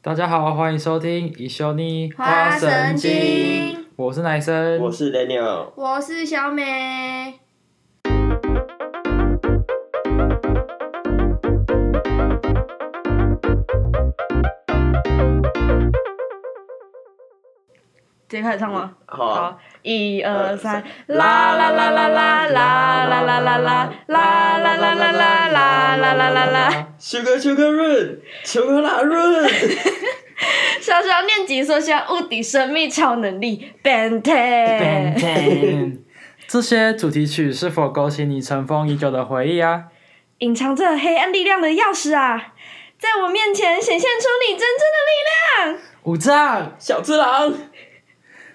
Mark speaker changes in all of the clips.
Speaker 1: 大家好，欢迎收听《一休尼
Speaker 2: 花神经》，
Speaker 1: 我是奶生，
Speaker 3: 我是 Daniel，
Speaker 2: 我是小美。直接开始唱吗？
Speaker 3: 好啊，
Speaker 2: 一二三，
Speaker 3: 啦
Speaker 2: 啦
Speaker 3: 啦
Speaker 2: 啦
Speaker 3: 啦
Speaker 2: 啦
Speaker 3: 啦
Speaker 2: 啦
Speaker 3: 啦
Speaker 2: 啦
Speaker 3: 啦
Speaker 2: 啦
Speaker 3: 啦啦
Speaker 2: 啦
Speaker 3: 啦
Speaker 2: 啦啦啦
Speaker 3: 啦啦
Speaker 2: 啦啦啦啦啦啦啦啦啦！
Speaker 3: ，Sugar Sugar 润，巧克力润，
Speaker 2: 小小念及说下物体神秘超能力 Ben
Speaker 1: Ben
Speaker 2: Ten，
Speaker 1: Ten 这些主题曲是否勾起你尘封已久的回忆啊？
Speaker 2: 隐藏着黑暗力量的钥匙啊，在我面前显现出你真正的力量。
Speaker 1: 五藏，
Speaker 3: 小次郎，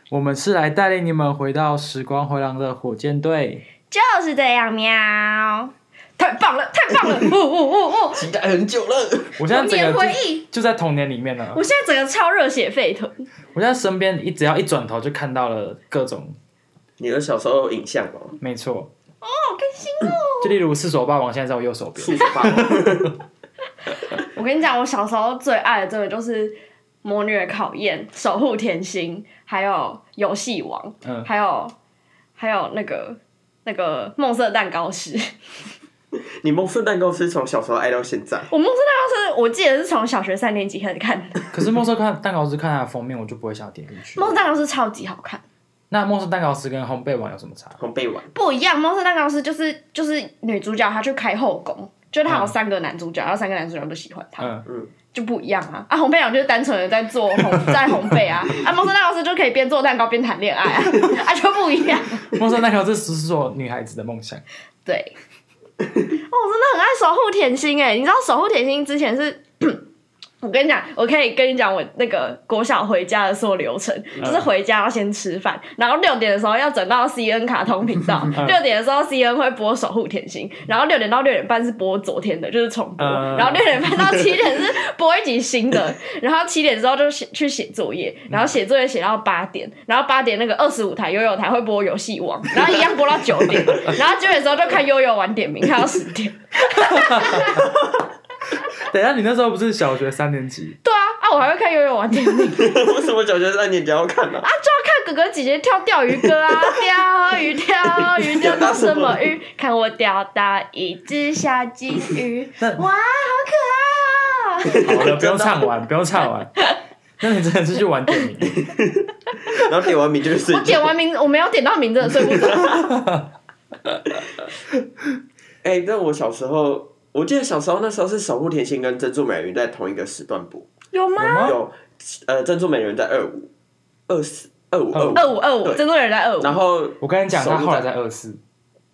Speaker 1: 我们是来带领你们回到时光回廊的火箭队。
Speaker 2: 就是这样喵，太棒了，太 棒了！呜呜呜呜！
Speaker 3: 期待很久了，
Speaker 1: 我现在整个
Speaker 2: 童年
Speaker 1: 就
Speaker 2: 回忆
Speaker 1: 就在童年里面了
Speaker 2: 我。现在整个超热血沸腾。
Speaker 1: 我现在身边一只要一转头就看到了各种，
Speaker 3: 你的小时候有影像哦，
Speaker 1: 没错，
Speaker 2: 哦，好开心哦！
Speaker 1: 就例如四手霸王现在在我右手边
Speaker 3: 数。字霸王，
Speaker 2: 我跟你讲，我小时候最爱的真的就是《魔女的考验》《守护甜心》，还有《游戏王》
Speaker 1: 嗯
Speaker 2: 还有还有那个那个梦色蛋糕师。
Speaker 3: 你梦色蛋糕是从小时候爱到现在，
Speaker 2: 我梦色蛋糕师，我记得是从小学三年级开始看的。
Speaker 1: 可是梦兽看蛋糕师看它的封面，我就不会想要点进去。
Speaker 2: 梦色蛋糕师超级好看，
Speaker 1: 那梦兽蛋糕师跟烘焙王有什么差？
Speaker 3: 从背 完，
Speaker 2: 不一样。梦色蛋糕师就是就是女主角她去开后宫，就是她有三个男主角，然后三个男主角都喜欢她。
Speaker 1: 嗯，
Speaker 2: 就不一样啊！啊，烘焙郎就是单纯的在做烘，在烘焙啊，啊，蒙森蛋糕师就可以边做蛋糕边谈恋爱啊， 啊，就不一样。
Speaker 1: 梦兽蛋糕师是所女孩子的梦想。
Speaker 2: 对，哦，我真的很爱守护甜心哎！你知道守护甜心之前是，我跟你讲，我可以跟你讲我那个国小回家的所有流程，就是回家要先吃饭，然后六点的时候要转到 C N 卡通频道，六点的时候 C N 会播守护甜心，然后六点到六点半是播昨天的，就是重播，
Speaker 1: 嗯
Speaker 2: 然后六点半到七点是播一集新的，然后七点之后就写去写作业，然后写作业写到八点，然后八点那个二十五台悠悠台会播游戏王，然后一样播到九点，然后九点之后就看悠悠玩点名，看到十点。
Speaker 1: 等一下，你那时候不是小学三年 级？
Speaker 2: 对啊，啊我还会看悠悠玩点名，啊
Speaker 3: 为什么小学三年级要看呢？
Speaker 2: 就要看哥哥姐姐跳钓鱼歌啊，钓鱼钓鱼钓到什么鱼？看我钓到一只小金鱼，
Speaker 1: 那
Speaker 2: 哇，好可爱 啊！
Speaker 1: 好了，不用唱完，不用唱完。那你真的是去玩电影？
Speaker 3: 然后点完名就是睡
Speaker 2: 我
Speaker 3: 觉
Speaker 2: 点。完名，我没有点到名，真的睡不着。
Speaker 3: 哎，但我小时候，我记得小时候那时候是守护甜心跟珍珠美人鱼在同一个时段播，
Speaker 2: 有吗？
Speaker 1: 啊
Speaker 3: 有，呃，珍珠美人鱼在二五，二四，二五，二五，
Speaker 2: 二五二五，
Speaker 3: 对
Speaker 2: 珍珠人在二五，
Speaker 3: 然后
Speaker 1: 我跟你讲，他
Speaker 3: 手
Speaker 1: 后来在二四，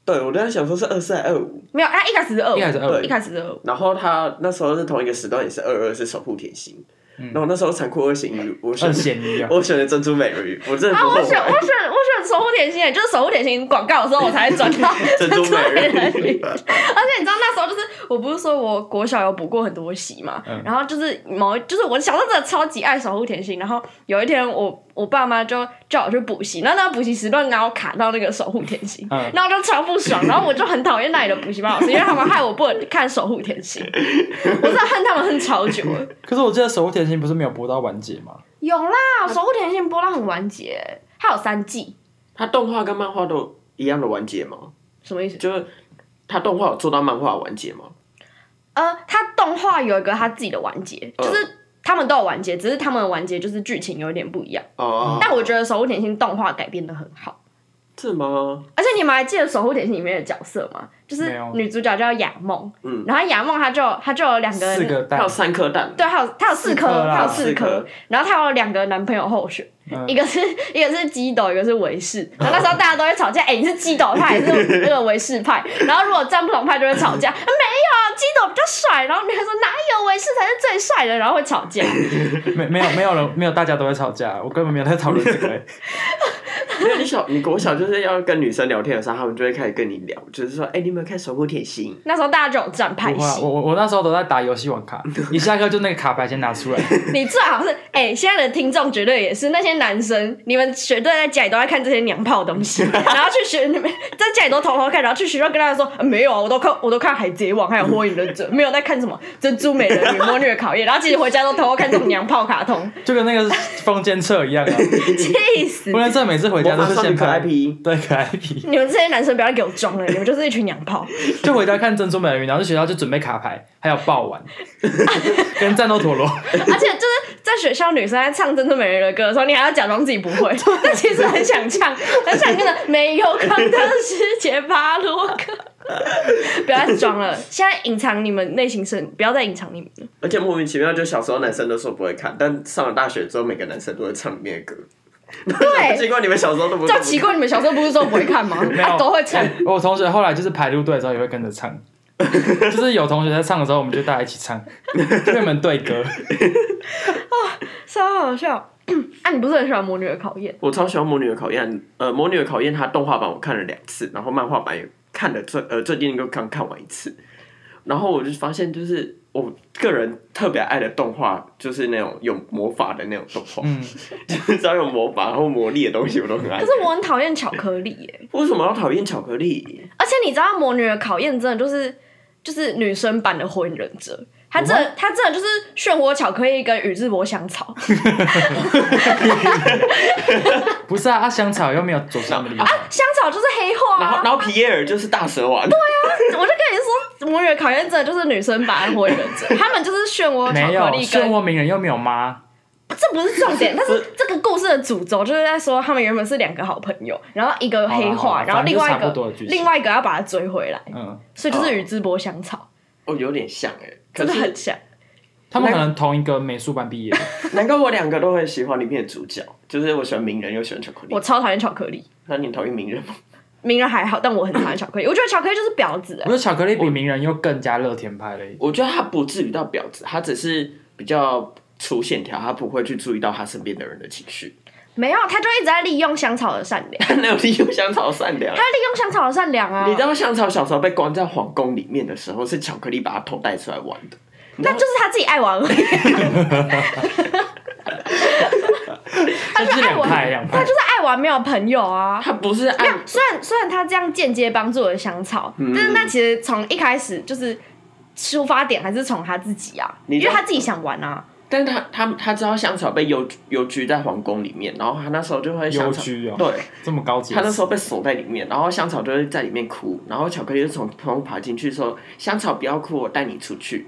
Speaker 3: 对我在想说是二四还是二五，
Speaker 2: 没有，他一开始是二五，
Speaker 1: 一开始二
Speaker 3: 对
Speaker 2: 一
Speaker 1: 五，
Speaker 2: 开始是二五。
Speaker 3: 然后他那时候是同一个时段，也是二二是守护甜心。然后那时候残酷二选一，我选
Speaker 1: 二嫌一啊。
Speaker 3: 我选的珍珠美人鱼，我真的
Speaker 2: 啊！
Speaker 3: 不后
Speaker 2: 我选我
Speaker 3: 悔。
Speaker 2: 选我选守护甜心耶，就是守护甜心广告的时候，我才转到
Speaker 3: 珍珠美
Speaker 2: 美
Speaker 3: 人
Speaker 2: 人
Speaker 3: 鱼
Speaker 2: 鱼。 而且你知道那时候就是，我不是说我国小有补过很多习嘛，
Speaker 1: 嗯
Speaker 2: 然后就是某一就是我小时候真的超级爱守护甜心，然后有一天我我爸妈就叫我去补习，然后那个补习时段刚好卡到那个守护甜心，
Speaker 1: 嗯
Speaker 2: 然后就超不爽，然后我就很讨厌那里的补习班老师，因为他们害我不能看守护甜心，我真的恨他们恨超久了。
Speaker 1: 可是我记得《守护甜心》不是没有播到完结吗？
Speaker 2: 有啦，《守护甜心》播到很完结，它有三季，
Speaker 3: 他动画跟漫画都一样的完结吗？
Speaker 2: 什么意思？
Speaker 3: 就是他动画有做到漫画完结吗？
Speaker 2: 呃，它动画有一个它自己的完结，
Speaker 3: 嗯
Speaker 2: 就是他们都有完结，只是他们的完结就是剧情有点不一样。
Speaker 3: 哦，
Speaker 2: 嗯但我觉得《守护甜心》动画改编的很好，
Speaker 3: 是吗？
Speaker 2: 而且你们还记得《守护甜心》里面的角色吗？就是
Speaker 1: 没有
Speaker 2: 女主角叫雅梦，
Speaker 3: 嗯
Speaker 2: 然后雅梦她就她就有两个
Speaker 1: 四个
Speaker 3: 他
Speaker 1: 蛋
Speaker 3: 有，三颗蛋，
Speaker 2: 对，还有她有四
Speaker 1: 四
Speaker 2: 颗，
Speaker 1: 颗啦
Speaker 2: 她有四
Speaker 3: 四
Speaker 2: 颗
Speaker 3: 颗，
Speaker 2: 然后她有两个男朋友候选，
Speaker 1: 嗯
Speaker 2: 一个是一个是基斗，一个是维士。然后那时候大家都会吵架，哎、你是基斗派还是那个维士派？然后如果站不同派就会吵架，啊没有基斗比较帅，然后女孩说哪有维士才是最帅的，然后会吵架。
Speaker 1: 没没有没有人没有，大家都在吵架，我根本没有在讨论这个欸。
Speaker 3: 因为你小你国小就是要跟女生聊天的时候，他们就会开始跟你聊，就是说，哎、你有没有看《守护甜心》？
Speaker 2: 那时候大家就有站派
Speaker 1: 不会啊
Speaker 2: 系，
Speaker 1: 我我我那时候都在打游戏网卡，一下课就那个卡牌先拿出来，
Speaker 2: 你最好是哎、现在的听众绝对也是那些男生，你们绝对在家里都在看这些娘炮的东西，然后去学你们在家里都偷偷看，然后去学校跟他说、呃没有啊，我都看我都看海贼王还有火影忍者，没有在看什么珍珠美人鱼、魔女的考验，然后其实回家都偷偷看这种娘炮卡通，
Speaker 1: 就跟那个封建册一样 啊。
Speaker 2: 气死！
Speaker 1: 不然这每次回家都
Speaker 3: 魔
Speaker 1: 是
Speaker 3: 法少
Speaker 1: 先
Speaker 3: 女可爱
Speaker 1: 拍，
Speaker 3: P，
Speaker 1: 对可爱皮，
Speaker 2: 你们这些男生不要再给我装了，你们就是一群娘炮。
Speaker 1: 就回家看珍珠美人鱼，然后去学校就准备卡牌，还有爆丸， 跟战斗陀螺。
Speaker 2: 而且就是在学校女生在唱《珍珠美人鱼》的歌的时候，你还要假装自己不 会，但其实很想唱，很想跟着没有康的世界巴洛 克。不要再装了，现在隐藏你们内心深，不要再隐藏你们了。
Speaker 3: 而且莫名其妙，就小时候男生都说不会看，但上了大学之后，每个男生都会唱里面的歌。
Speaker 2: 对，
Speaker 3: 奇怪，你们小时候都不
Speaker 2: 这样奇怪，你们小时候不是说不会看吗？
Speaker 1: 没有
Speaker 2: 啊都会唱。
Speaker 1: 我同学后来就是排路队的时候也会跟着唱，就是有同学在唱的时候，我们就大家一起唱，就跟你们对歌。
Speaker 2: 超好笑。 啊，你不是很喜欢《魔女的考验》？
Speaker 3: 我超喜欢《魔女的考验》，呃，《魔女的考验》它动画版我看了两次，然后漫画版也看了最呃最近又刚看完一次，然后我就发现就是我个人特别爱的动画就是那种有魔法的那种动画，
Speaker 1: 嗯，
Speaker 3: 就是只要有魔法或魔力的东西我都很爱
Speaker 2: 可。是我很讨厌巧克力耶、
Speaker 3: 为什么要讨厌巧克力？
Speaker 2: 而且你知道《魔女的考验》真的就是就是女生版的《火影忍者》。它真的，它真的就是漩涡巧克力跟宇智波香草，
Speaker 1: 不是啊，啊香草又没有佐助那么厉害，
Speaker 2: 香草就是黑化
Speaker 3: 然后
Speaker 2: 啊！
Speaker 3: 然后皮耶尔就是大蛇丸，
Speaker 2: 我就跟你说，《魔女的考验》真的就是女生版的《火影忍 者》，他们就是漩涡
Speaker 1: 没
Speaker 2: 巧
Speaker 1: 有
Speaker 2: 克力
Speaker 1: 漩
Speaker 2: 跟
Speaker 1: 涡鸣人又没有妈，
Speaker 2: 这不是重点，但是这个故事的主轴就是在说他们原本是两个好朋友，然后一个黑
Speaker 1: 好啦好
Speaker 2: 化，
Speaker 1: 啦
Speaker 2: 然后另外一
Speaker 1: 反正就差不
Speaker 2: 个
Speaker 1: 多的剧情
Speaker 2: 另外一个要把他追回来，
Speaker 1: 嗯，
Speaker 2: 所以就是宇智波香草，
Speaker 3: 哦，有点像哎、可
Speaker 2: 真的
Speaker 3: 是
Speaker 2: 很像。
Speaker 1: 他们可能同一个美术班毕业的，
Speaker 2: 哎
Speaker 3: 难怪我两个都很喜欢里面的主角，就是我喜欢鸣人又喜欢巧克力
Speaker 2: 我。超讨厌巧克力，
Speaker 3: 那你讨厌鸣人吗？
Speaker 2: 鸣人还好，但我很讨厌巧 克力，我觉得巧克力就是婊子、欸
Speaker 1: 我觉得巧克力比鸣人又更加乐天派了一点。
Speaker 3: 我觉得他不至于到婊子，他只是比较粗线条，他不会去注意到他身边的人的情绪。
Speaker 2: 没有，他就一直在利用香草的善良，
Speaker 3: 他哪有利用香草善良
Speaker 2: 他？利用香草的善良啊
Speaker 3: 你，知道香草小时候被关在皇宫里面的时候，是巧克力把他偷带出来玩的。
Speaker 2: 那就是他自己爱玩而已，
Speaker 1: 这是两派两
Speaker 2: 他
Speaker 1: 派
Speaker 2: 就，是爱玩没有朋友啊。
Speaker 3: 他不是
Speaker 2: 没有
Speaker 3: 按，
Speaker 2: 虽然虽然他这样间接帮助了香草，
Speaker 3: 嗯
Speaker 2: 但是那其实从一开始就是出发点还是从他自己啊，
Speaker 3: 你
Speaker 2: 因
Speaker 3: 知
Speaker 2: 为
Speaker 3: 道
Speaker 2: 他自己想玩啊。
Speaker 3: 但是他他他知道香草被邮邮局在皇宫里面，然后他那时候就会香草
Speaker 1: 邮局哦
Speaker 3: 对，
Speaker 1: 这么高级
Speaker 3: 他。那时候被锁在里面，然后香草就会在里面哭，然后巧克力就从窗户爬进去说：“香草不要哭，我带你出去。”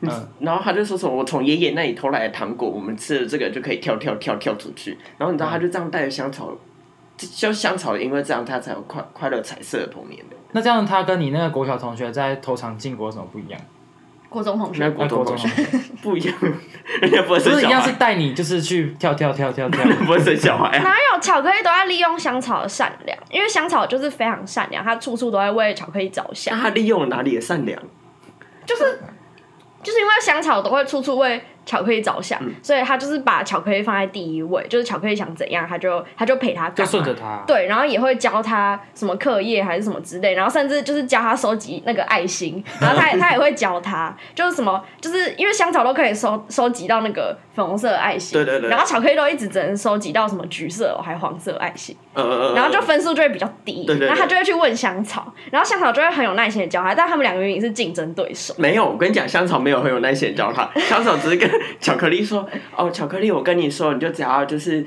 Speaker 1: 嗯
Speaker 3: 然后他就说什么：“我从爷爷那里偷来的糖果，我们吃了这个就可以跳跳跳跳出去。”然后你知道
Speaker 1: 嗯
Speaker 3: 他就这样带着香草，就就香草因为这样他才有快快乐彩色的童年的。
Speaker 1: 那这样他跟你那个国小同学在投场进国有什么不一样？
Speaker 2: 国中同
Speaker 3: 那
Speaker 2: 学，
Speaker 3: 国
Speaker 1: 那
Speaker 3: 中
Speaker 1: 国
Speaker 3: 同
Speaker 1: 中
Speaker 3: 学
Speaker 1: 同学
Speaker 3: 不一样， 人家不会
Speaker 1: 不
Speaker 3: 生
Speaker 1: 是一
Speaker 3: 小
Speaker 1: 样是
Speaker 3: 孩，
Speaker 1: 带你就是去跳跳跳跳跳，
Speaker 3: 不会生小孩啊。
Speaker 2: 哪有巧克力都在利用香草的善良？因为香草就是非常善良，他处处都在为巧克力着想
Speaker 3: 那。他利用了哪里的善良？
Speaker 2: 就是就是因为香草都会处处为巧克力着想，
Speaker 3: 嗯
Speaker 2: 所以他就是把巧克力放在第一位，就是巧克力想怎样，他就他就陪他
Speaker 1: 就
Speaker 2: 干嘛
Speaker 1: 顺着他。
Speaker 2: 对，然后也会教他什么课业还是什么之类，然后甚至就是教他收集那个爱心，然后他 也他也会教他，就是什么，就是因为香草都可以收收集到那个粉红色的爱心，
Speaker 3: 对对对
Speaker 2: 然后巧克力都一直只能收集到什么橘色哦还黄色的爱心，
Speaker 3: 呃，
Speaker 2: 然后就分数就会比较低，
Speaker 3: 对对对
Speaker 2: 然后他就会去问香草，然后香草就会很有耐心的教他，但他们两个明明是竞争对手。
Speaker 3: 没有，我跟你讲，香草没有很有耐心地 教他，香草只是跟巧克力说：“哦，巧克力，我跟你说，你就只要就是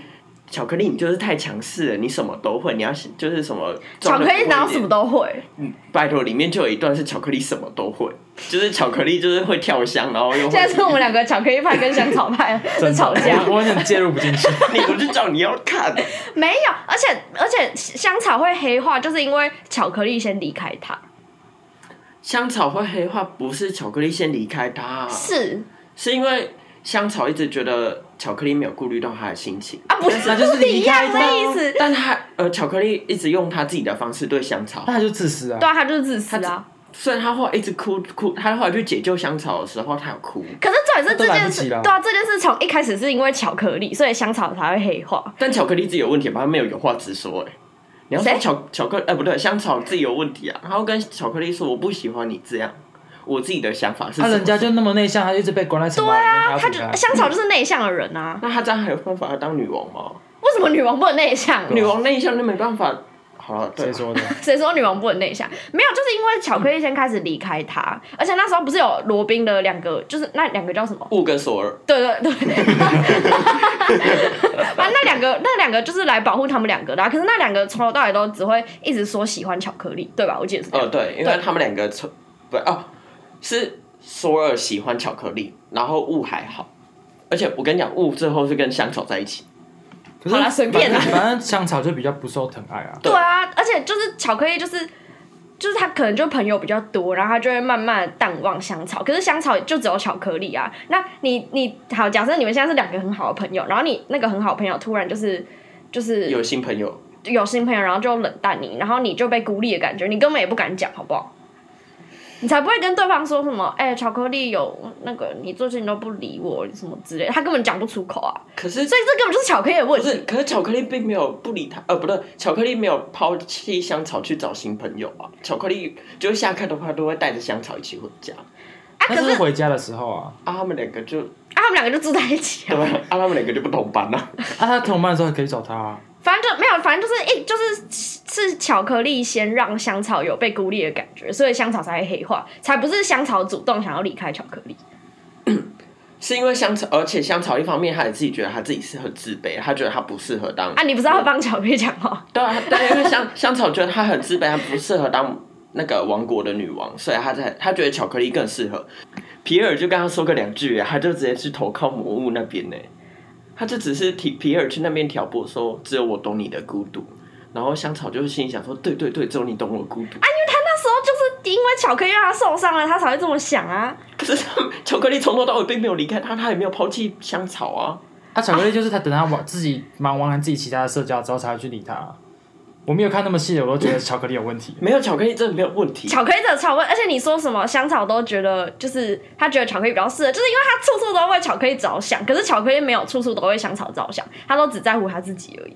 Speaker 3: 巧克力，你就是太强势了，你什么都会，你要是就是什么
Speaker 2: 巧克力哪有什么
Speaker 3: 么？
Speaker 2: 都会，
Speaker 3: 拜托，里面就有一段是巧克力什么都会，就是巧克力就是会跳箱，然后又
Speaker 2: 现在
Speaker 3: 会
Speaker 2: 是我们两个巧克力派跟香草 派在
Speaker 1: 真的
Speaker 2: 吵架，
Speaker 1: 我我 有点介入不进去。
Speaker 3: 你不是照你要看，
Speaker 2: 没有，而且而且香草会黑化，就是因为巧克力先离开它，
Speaker 3: 香草会黑化，不是巧克力先离开他，
Speaker 2: 是
Speaker 3: 是因为香草一直觉得巧克力没有顾虑到他的心情。
Speaker 2: 啊，不是，
Speaker 1: 那就是
Speaker 2: 一
Speaker 1: 离开
Speaker 2: 样
Speaker 1: 他
Speaker 2: 的意思，
Speaker 3: 但他呃，巧克力一直用他自己的方式对香草，
Speaker 1: 那他就自私啊
Speaker 2: 对！啊，他就是自私
Speaker 3: 他
Speaker 2: 啊，
Speaker 3: 虽然他后来一直哭哭，他后来去解救香草的时候，他有哭，
Speaker 2: 可是重点是这
Speaker 1: 都来
Speaker 2: 件
Speaker 1: 不及
Speaker 2: 事，
Speaker 1: 啦
Speaker 2: 对啊，这件事从一开始是因为巧克力，所以香草才会黑化。
Speaker 3: 但巧克力自己有问题吧？他没有有话直说哎、你要说
Speaker 2: 谁
Speaker 3: 巧巧克哎、不对，香草自己有问题啊，他会跟巧克力说我不喜欢你这样，我自己的想法是什
Speaker 1: 他
Speaker 3: 么。
Speaker 1: 啊人家就那么内向，他一直被关在城堡
Speaker 2: 对
Speaker 1: 里面，
Speaker 2: 啊，
Speaker 1: 他要
Speaker 2: 他就
Speaker 1: 怎么办
Speaker 2: 香草就是内向的人啊，
Speaker 3: 那他这样还有办法要当女王吗？
Speaker 2: 为什么女王不能内向？
Speaker 3: 女王内向就没办法。好
Speaker 2: 哎
Speaker 3: 了，对
Speaker 1: 啊谁
Speaker 3: 啊，
Speaker 1: 说的？
Speaker 2: 谁说女王不能内向？没有，就是因为巧克力先开始离开他，而且那时候不是有罗宾的两个，就是那两个叫什么？
Speaker 3: 雾跟索尔，
Speaker 2: 对对对， 反正那两个那两个就是来保护他们两个的、啊，可是那两个从头到尾都只会一直说喜欢巧克力，对吧？我记得是这样。
Speaker 3: 呃，对，因为他们两个从不哦，是索尔喜欢巧克力，然后雾还好，而且我跟你讲，雾最后是跟香草在一起，
Speaker 1: 可是
Speaker 2: 好啦随便啊啦
Speaker 1: 反正反正香草就比较不受疼爱啊。
Speaker 3: 对
Speaker 2: 对啊，而且就是巧克力，就是就是他可能就朋友比较多，然后他就会慢慢地淡忘香草。可是香草就只有巧克力啊。那你你好，假设你们现在是两个很好的朋友，然后你那个很好的朋友突然就是就是
Speaker 3: 有新朋友，
Speaker 2: 有新朋友，然后就冷淡你，然后你就被孤立的感觉，你根本也不敢讲，好不好？你才不会跟对方说什么，哎、巧克力有那个，你最近都不理我什么之类的，他根本讲不出口啊，
Speaker 3: 可是
Speaker 2: 所以这根本就是巧克力的问
Speaker 3: 不
Speaker 2: 题。
Speaker 3: 是，可是巧克力并没有不理他，呃，不对，巧克力没有抛弃香草去找新朋友啊。巧克力就是下课的话都会带着香草一起回家，
Speaker 2: 啊，可
Speaker 1: 但
Speaker 2: 是
Speaker 1: 是
Speaker 2: 啊，
Speaker 1: 回家的时候啊，
Speaker 3: 啊，他们两个就
Speaker 2: 他们两个就住在一起啊
Speaker 3: 对吧？啊，他们两个就不同班了、
Speaker 1: 啊，他同伴的时候也可以找他啊。
Speaker 2: 反正就没有，反正就是一就是是巧克力先让香草有被孤立的感觉，所以香草才会黑化，才不是香草主动想要离开巧克力。
Speaker 3: 是因为香草，而且香草一方面他也自己觉得他自己是很自卑，他觉得他不适合当
Speaker 2: 啊，你不是要帮巧克力讲话？
Speaker 3: 对啊，对，因为香香草觉得她很自卑，她不适合当那个王国的女王，所以她在她觉得巧克力更适合。皮尔就跟他说个两句，他就直接去投靠魔物那边呢。他就只是提皮尔去那边挑拨说，只有我懂你的孤独。然后香草就是心里想说，对对对，只有你懂我孤独。
Speaker 2: 那时候就是因为巧克力让他受伤了，他才会这么想啊。
Speaker 3: 可是他们巧克力从头到尾并没有离开他，他也没有抛弃香草啊。
Speaker 1: 啊，巧克力就是他等他玩自己忙完自己其他的社交之后才会去理他啊。我没有看那么细的，我都觉得巧克力有问题。
Speaker 3: 没有巧克力真的没有问题。
Speaker 2: 巧克力真的超问，而且你说什么香草都觉得就是他觉得巧克力比较适合，就是因为他处处都为巧克力着想，可是巧克力没有处处都为香草着想，他都只在乎他自己而已。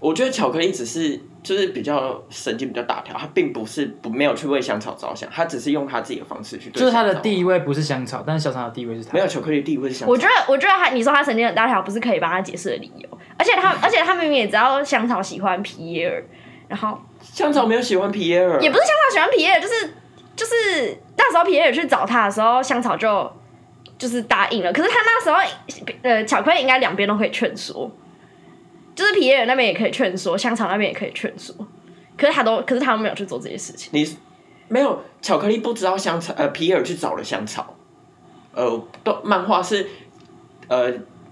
Speaker 3: 我觉得巧克力只是就是比较神经比较大条，他并不是不没有去为香草着想，他只是用他自己的方式去对
Speaker 1: 就是他的
Speaker 3: 香草
Speaker 1: 地位不是香草，但是小草的地位是他
Speaker 3: 没。有巧克力地位是香草
Speaker 2: 我，觉得，我觉得他，你说他神经很大条，不是可以帮他解释的理由。而且他，而且他明明也知道香草喜欢皮耶尔，然后
Speaker 3: 香草没有喜欢皮耶尔，
Speaker 2: 也不是香草喜欢皮耶尔，就是就是那时候皮耶尔去找他的时候，香草就就是答应了。可是他那时候，呃，巧克力应该两边都可以劝说，就是皮耶尔那边也可以劝说，香草那边也可以劝说。可是他都，可是他们没有去做这些事情。
Speaker 3: 你没有巧克力不知道香草，呃，皮耶尔去找了香草，呃，动漫画是呃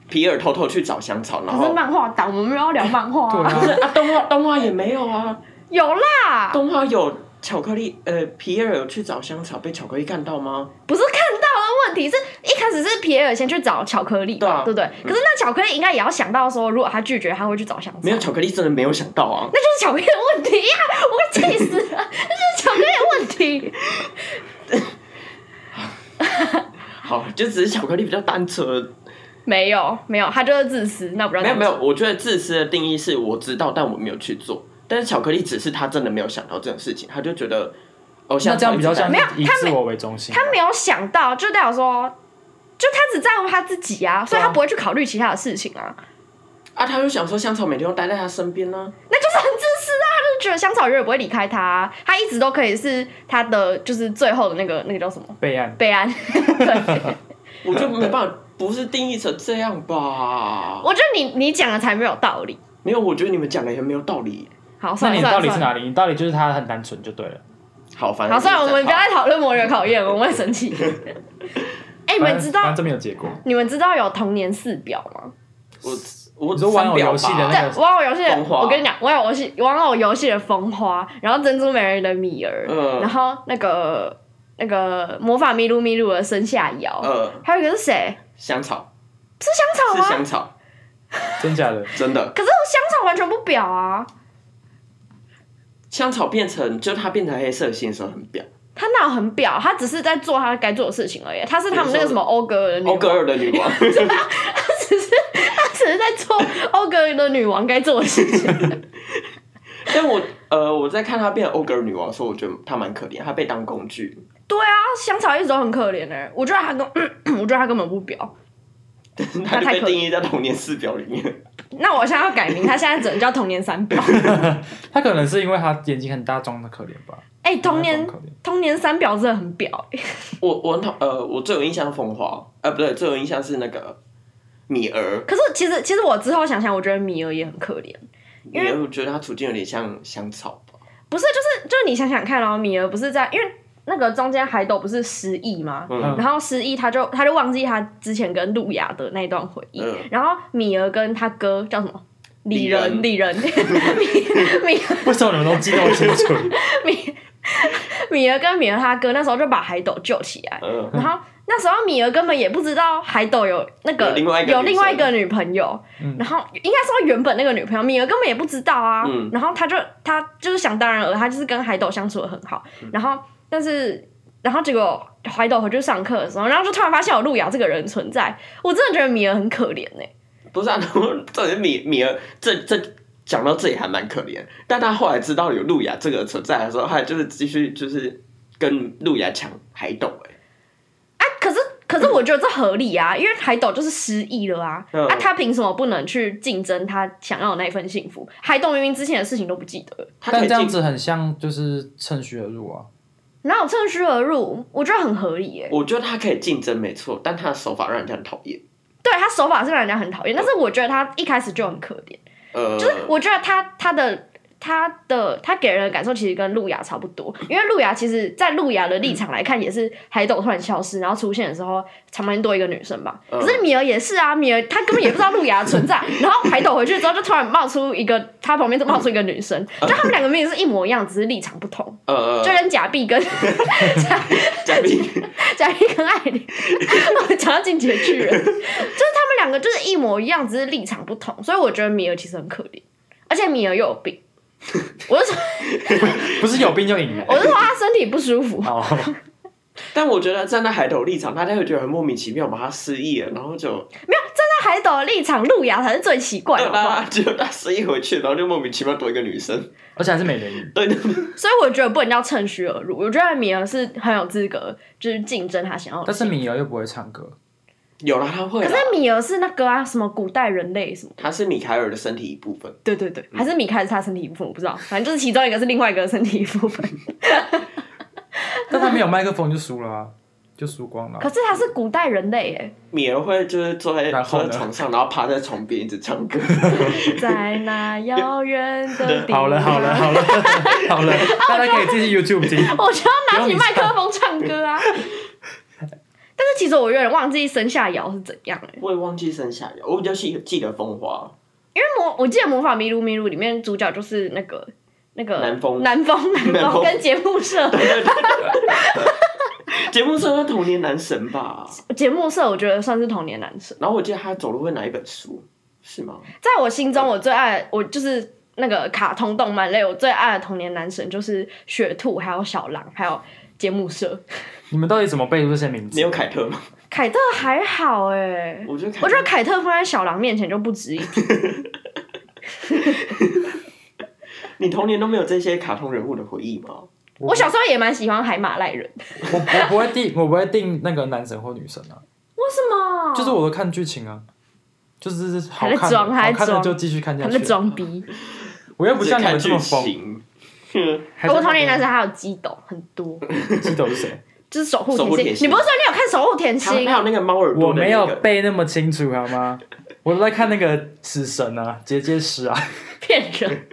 Speaker 3: 皮耶尔偷偷去找香草，然
Speaker 2: 可是
Speaker 3: 后
Speaker 2: 漫画党，我们没有要聊漫画、
Speaker 1: 对
Speaker 3: 不
Speaker 1: 啊
Speaker 3: 是哦啊，动画动画也没有啊，
Speaker 2: 有啦，
Speaker 3: 动画有巧克力，呃，皮耶尔有去找香草，被巧克力看到吗？
Speaker 2: 不是看到的问题，是一开始是皮埃尔先去找巧克力，
Speaker 3: 对啊
Speaker 2: 对不对？可是那巧克力应该也要想到说，如果他拒绝，他会去找香草，
Speaker 3: 没有巧克力真的没有想到啊，
Speaker 2: 那就是巧克力的问题呀、我快气死了，那就是巧克力的问题。
Speaker 3: 好，就只是巧克力比较单纯。
Speaker 2: 没有没有，他就是自私，那不让
Speaker 3: 没有没有，我觉得自私的定义是我知道，但我没有去做。但是巧克力只是他真的没有想到这种事情，他就觉得哦，
Speaker 1: 那这样比较像
Speaker 3: 像
Speaker 1: 是
Speaker 2: 没有
Speaker 1: 以
Speaker 2: 他
Speaker 1: 自
Speaker 2: 没
Speaker 1: 我为中心啊。
Speaker 2: 他没有想到，就代表说。就他只在乎他自己啊，所以
Speaker 1: 对啊
Speaker 2: 他不会去考虑其他的事情啊，
Speaker 3: 啊，他就想说香草每天都待在他身边呢、
Speaker 2: 那就是很自私啊。他就觉得香草永远不会离开他啊、他一直都可以是他的，就是最后的那个那个叫什么
Speaker 1: 备案，
Speaker 2: 备案。 对
Speaker 3: 我就没办法，不是定义成这样吧？
Speaker 2: 我觉得你你讲的才没有道理。
Speaker 3: 没有，我觉得你们讲的也没有道理。
Speaker 2: 好，
Speaker 1: 那
Speaker 2: 算了
Speaker 1: 你的
Speaker 2: 算
Speaker 1: 道
Speaker 2: 了
Speaker 1: 理是
Speaker 2: 算了。
Speaker 1: 哪里？你道理就是他很单纯就对了。
Speaker 3: 好，反正
Speaker 2: 好，算了，
Speaker 3: 就
Speaker 2: 我
Speaker 3: 是
Speaker 2: 们
Speaker 3: 这样
Speaker 2: 不要再讨论魔人考验，我们会生 气。哎、你
Speaker 1: 反
Speaker 2: 们
Speaker 1: 正
Speaker 2: 知
Speaker 1: 反
Speaker 2: 道
Speaker 1: 正这没有结果。
Speaker 2: 你们知道有童年四表吗？
Speaker 3: 我我
Speaker 1: 你说玩偶游戏的那
Speaker 2: 对
Speaker 1: 个，
Speaker 2: 玩偶游戏的
Speaker 3: 啊风，花
Speaker 2: 我跟你讲，玩偶游戏玩偶游戏的风花，然后珍珠美人鱼的米儿，
Speaker 3: 嗯
Speaker 2: 然后那个那个魔法咪路咪路的生下瑶，
Speaker 3: 呃
Speaker 2: 还有一个是谁？
Speaker 3: 香草
Speaker 2: 是香
Speaker 3: 是
Speaker 2: 草吗？
Speaker 3: 香草，
Speaker 1: 真假的？
Speaker 3: 真的
Speaker 2: 可是香草完全不表啊！
Speaker 3: 香草变成就它变成黑色的线的时候很表，
Speaker 2: 他那很表，啊他只是在做他该做的事情而已。他是他们那个什么欧格尔的女
Speaker 3: 欧格
Speaker 2: 王，
Speaker 3: 尔的女王，
Speaker 2: 他只是在做欧格尔的女王该做的事情。
Speaker 3: 但我呃我在看她变欧格尔女王的时候，我觉得她蛮可怜，她被当工具。
Speaker 2: 对啊，香草一直都很可怜呢、欸我觉得他根， 我觉得他根本不表。
Speaker 3: 她就
Speaker 2: 太
Speaker 3: 被
Speaker 2: 可怜
Speaker 3: 定义在童年四表里面。
Speaker 2: 那我现在要改名，他现在只能叫童年三表。
Speaker 1: 他可能是因为他眼睛很大，装的可怜吧。
Speaker 2: 哎、童年
Speaker 1: 装得可怜
Speaker 2: 童年三表真的很表、欸。
Speaker 3: 我我很讨呃我最有印象是风华，呃不对，最有印象是那个米儿，
Speaker 2: 可是其实其实我之后想想，我觉得米儿也很可怜。
Speaker 3: 米儿我觉得她处境有点像香草吧。
Speaker 2: 不是，就是就是你想想看哦，米儿不是在因为那个中间海斗不是失忆吗？
Speaker 3: 嗯
Speaker 2: 然后失忆，他就他就忘记他之前跟路亚的那一段回忆。
Speaker 3: 嗯
Speaker 2: 然后米儿跟他哥叫什么？李
Speaker 3: 李仁
Speaker 2: 仁，李仁， 米米
Speaker 1: 为什么你们都记那么清楚？
Speaker 2: 米儿跟米儿他哥那时候就把海斗救起来，
Speaker 3: 嗯，
Speaker 2: 然后那时候米儿根本也不知道海斗有那个
Speaker 3: 有另外一个
Speaker 2: 有
Speaker 3: 女嗯
Speaker 2: 另外一
Speaker 3: 生
Speaker 2: 个女朋友，然后应该说原本那个女朋友米儿根本也不知道啊，
Speaker 3: 嗯
Speaker 2: 然后他就他就是想当然尔，他就是跟海斗相处的很好，
Speaker 3: 嗯
Speaker 2: 然后但是然后结果海斗回去上课的时候，然后就突然发现有哦路亚这个人存在，我真的觉得米儿很可怜欸呢、
Speaker 3: 不是啊， 然后重点是米米儿这这。讲到这里还蛮可怜，但她后来知道有路亚这个存在的时候，她就是继续就是跟路亚抢海斗、欸，
Speaker 2: 啊，可是可是我觉得这合理啊，因为海斗就是失忆了啊，
Speaker 3: 嗯
Speaker 2: 啊他凭什么不能去竞争他想要的那一份幸福？海斗明明之前的事情都不记得了。
Speaker 3: 她可
Speaker 1: 但
Speaker 3: 以
Speaker 1: 这样
Speaker 3: 进
Speaker 1: 子很像就是趁虚而入啊。
Speaker 2: 哪有趁虚而入？我觉得很合理耶。
Speaker 3: 我觉得他可以竞争没错，但他的手法让人家很讨厌。
Speaker 2: 对他手法是让人家很讨厌，但是我觉得他一开始就很可怜，
Speaker 3: 呃，
Speaker 2: 就是我觉得他他的他的他给人的感受其实跟路亚差不多，因为路亚其实，在路亚的立场来看，也是海斗突然消失，然后出现的时候，旁边多一个女生吧。
Speaker 3: 嗯
Speaker 2: 可是米儿也是啊，米儿他根本也不知道路亚的存在，然后海斗回去之后，就突然冒出一个他旁边就冒出一个女生，就他们两个明明是一模一样，只是立场不同，
Speaker 3: 呃呃，
Speaker 2: 就跟假币跟假
Speaker 3: 嘉 宾，
Speaker 2: 贾一跟艾琳， 我讲到进阶巨人， 就是他们两个就是一模一样，只是立场不同，所以我觉得米儿其实很可怜，而且米儿又有病， 我是说，
Speaker 1: 不是有病就赢了。
Speaker 2: 我是说他身体不舒服，
Speaker 1: 哦，
Speaker 3: 但我觉得站在海斗立场，大家会觉得很莫名其妙吧，他失忆了，然后就
Speaker 2: 没有站在海斗的立场，路亚才是最奇怪
Speaker 3: 对
Speaker 2: 的吧？
Speaker 3: 啦，结果他失忆回去，然后就莫名其妙多一个女生，
Speaker 1: 而且还是美人鱼。
Speaker 3: 对，
Speaker 2: 所以我觉得不能叫趁虚而入，我觉得米儿是很有资格就是竞争他想要的
Speaker 1: 但。是米儿又不会唱歌，
Speaker 3: 有了他会
Speaker 2: 可
Speaker 3: 啦
Speaker 2: 是，米儿是那个啊，什么古代人类什么？
Speaker 3: 他是米凯尔的身体一部分，
Speaker 2: 对对对，还是米开是他身体一部分，我不知道，反正就是其中一个是另外一个身体一部 分。
Speaker 1: 但他没有麦克风就输了啊，就输光了
Speaker 2: 可。是他是古代人类耶，
Speaker 3: 米儿会就是坐在呃
Speaker 1: 然后
Speaker 3: 坐
Speaker 1: 呢
Speaker 3: 在床上，然后趴在床边一直唱 歌，
Speaker 2: 在那遥远的地方。
Speaker 1: 好了好了好了
Speaker 2: 啊
Speaker 1: 好了，大家可以自己 YouTube 听。
Speaker 2: 哦我就要拿起麦克风唱歌啊！但是其实我有点忘记生下摇是怎样欸了、
Speaker 3: 我也忘记生下来，我比较记记得风华，
Speaker 2: 因为魔我记得《魔法迷路迷路》里面主角就是那个那个
Speaker 3: 南风
Speaker 2: 南 风
Speaker 3: 南
Speaker 2: 南
Speaker 3: 风
Speaker 2: 风跟节目社
Speaker 3: 节目说他童年男神吧，
Speaker 2: 节目社，我觉得算是童年男神。
Speaker 3: 然后我记得他走路会拿一本书，是吗？
Speaker 2: 在我心中，我最爱我就是那个卡通动漫类，我最爱的童年男神就是雪兔，还有小狼，还有节目社。
Speaker 1: 你们到底怎么背出这些名字？
Speaker 3: 你有凯特吗？
Speaker 2: 凯特还好哎、
Speaker 3: 我觉得凯
Speaker 2: 我
Speaker 3: 特
Speaker 2: 觉得凯特放在小狼面前就不值一提。
Speaker 3: 你童年都没有这些卡通人物的回忆吗？
Speaker 2: 我小时候也蛮喜欢海马赖人，
Speaker 1: 我我不会定，我不会定那个男神或女神啊，
Speaker 2: 为什么？
Speaker 1: 就是我都看剧情啊，就是好
Speaker 2: 还在
Speaker 1: 看的，
Speaker 2: 装
Speaker 1: 好
Speaker 2: 还在
Speaker 1: 看的
Speaker 2: 装
Speaker 1: 就继续看下
Speaker 2: 他在
Speaker 1: 去。
Speaker 2: 装逼。
Speaker 1: 我又不像你
Speaker 3: 看
Speaker 1: 们这
Speaker 3: 剧
Speaker 1: 么疯。
Speaker 3: 情，
Speaker 1: 还是
Speaker 2: 我童年那时候还有激斗很多，
Speaker 1: 记得我是谁？
Speaker 2: 就是守护
Speaker 3: 守护
Speaker 2: 甜
Speaker 3: 甜心
Speaker 2: 心。你不是说你有看守护甜
Speaker 3: 还有
Speaker 2: 心？
Speaker 3: 还有那个猫耳
Speaker 1: 我
Speaker 3: 朵的
Speaker 1: 没
Speaker 3: 那
Speaker 1: 有
Speaker 3: 个，
Speaker 1: 背那么清楚好吗？我都在看那个死神啊，结界师啊，
Speaker 2: 骗人，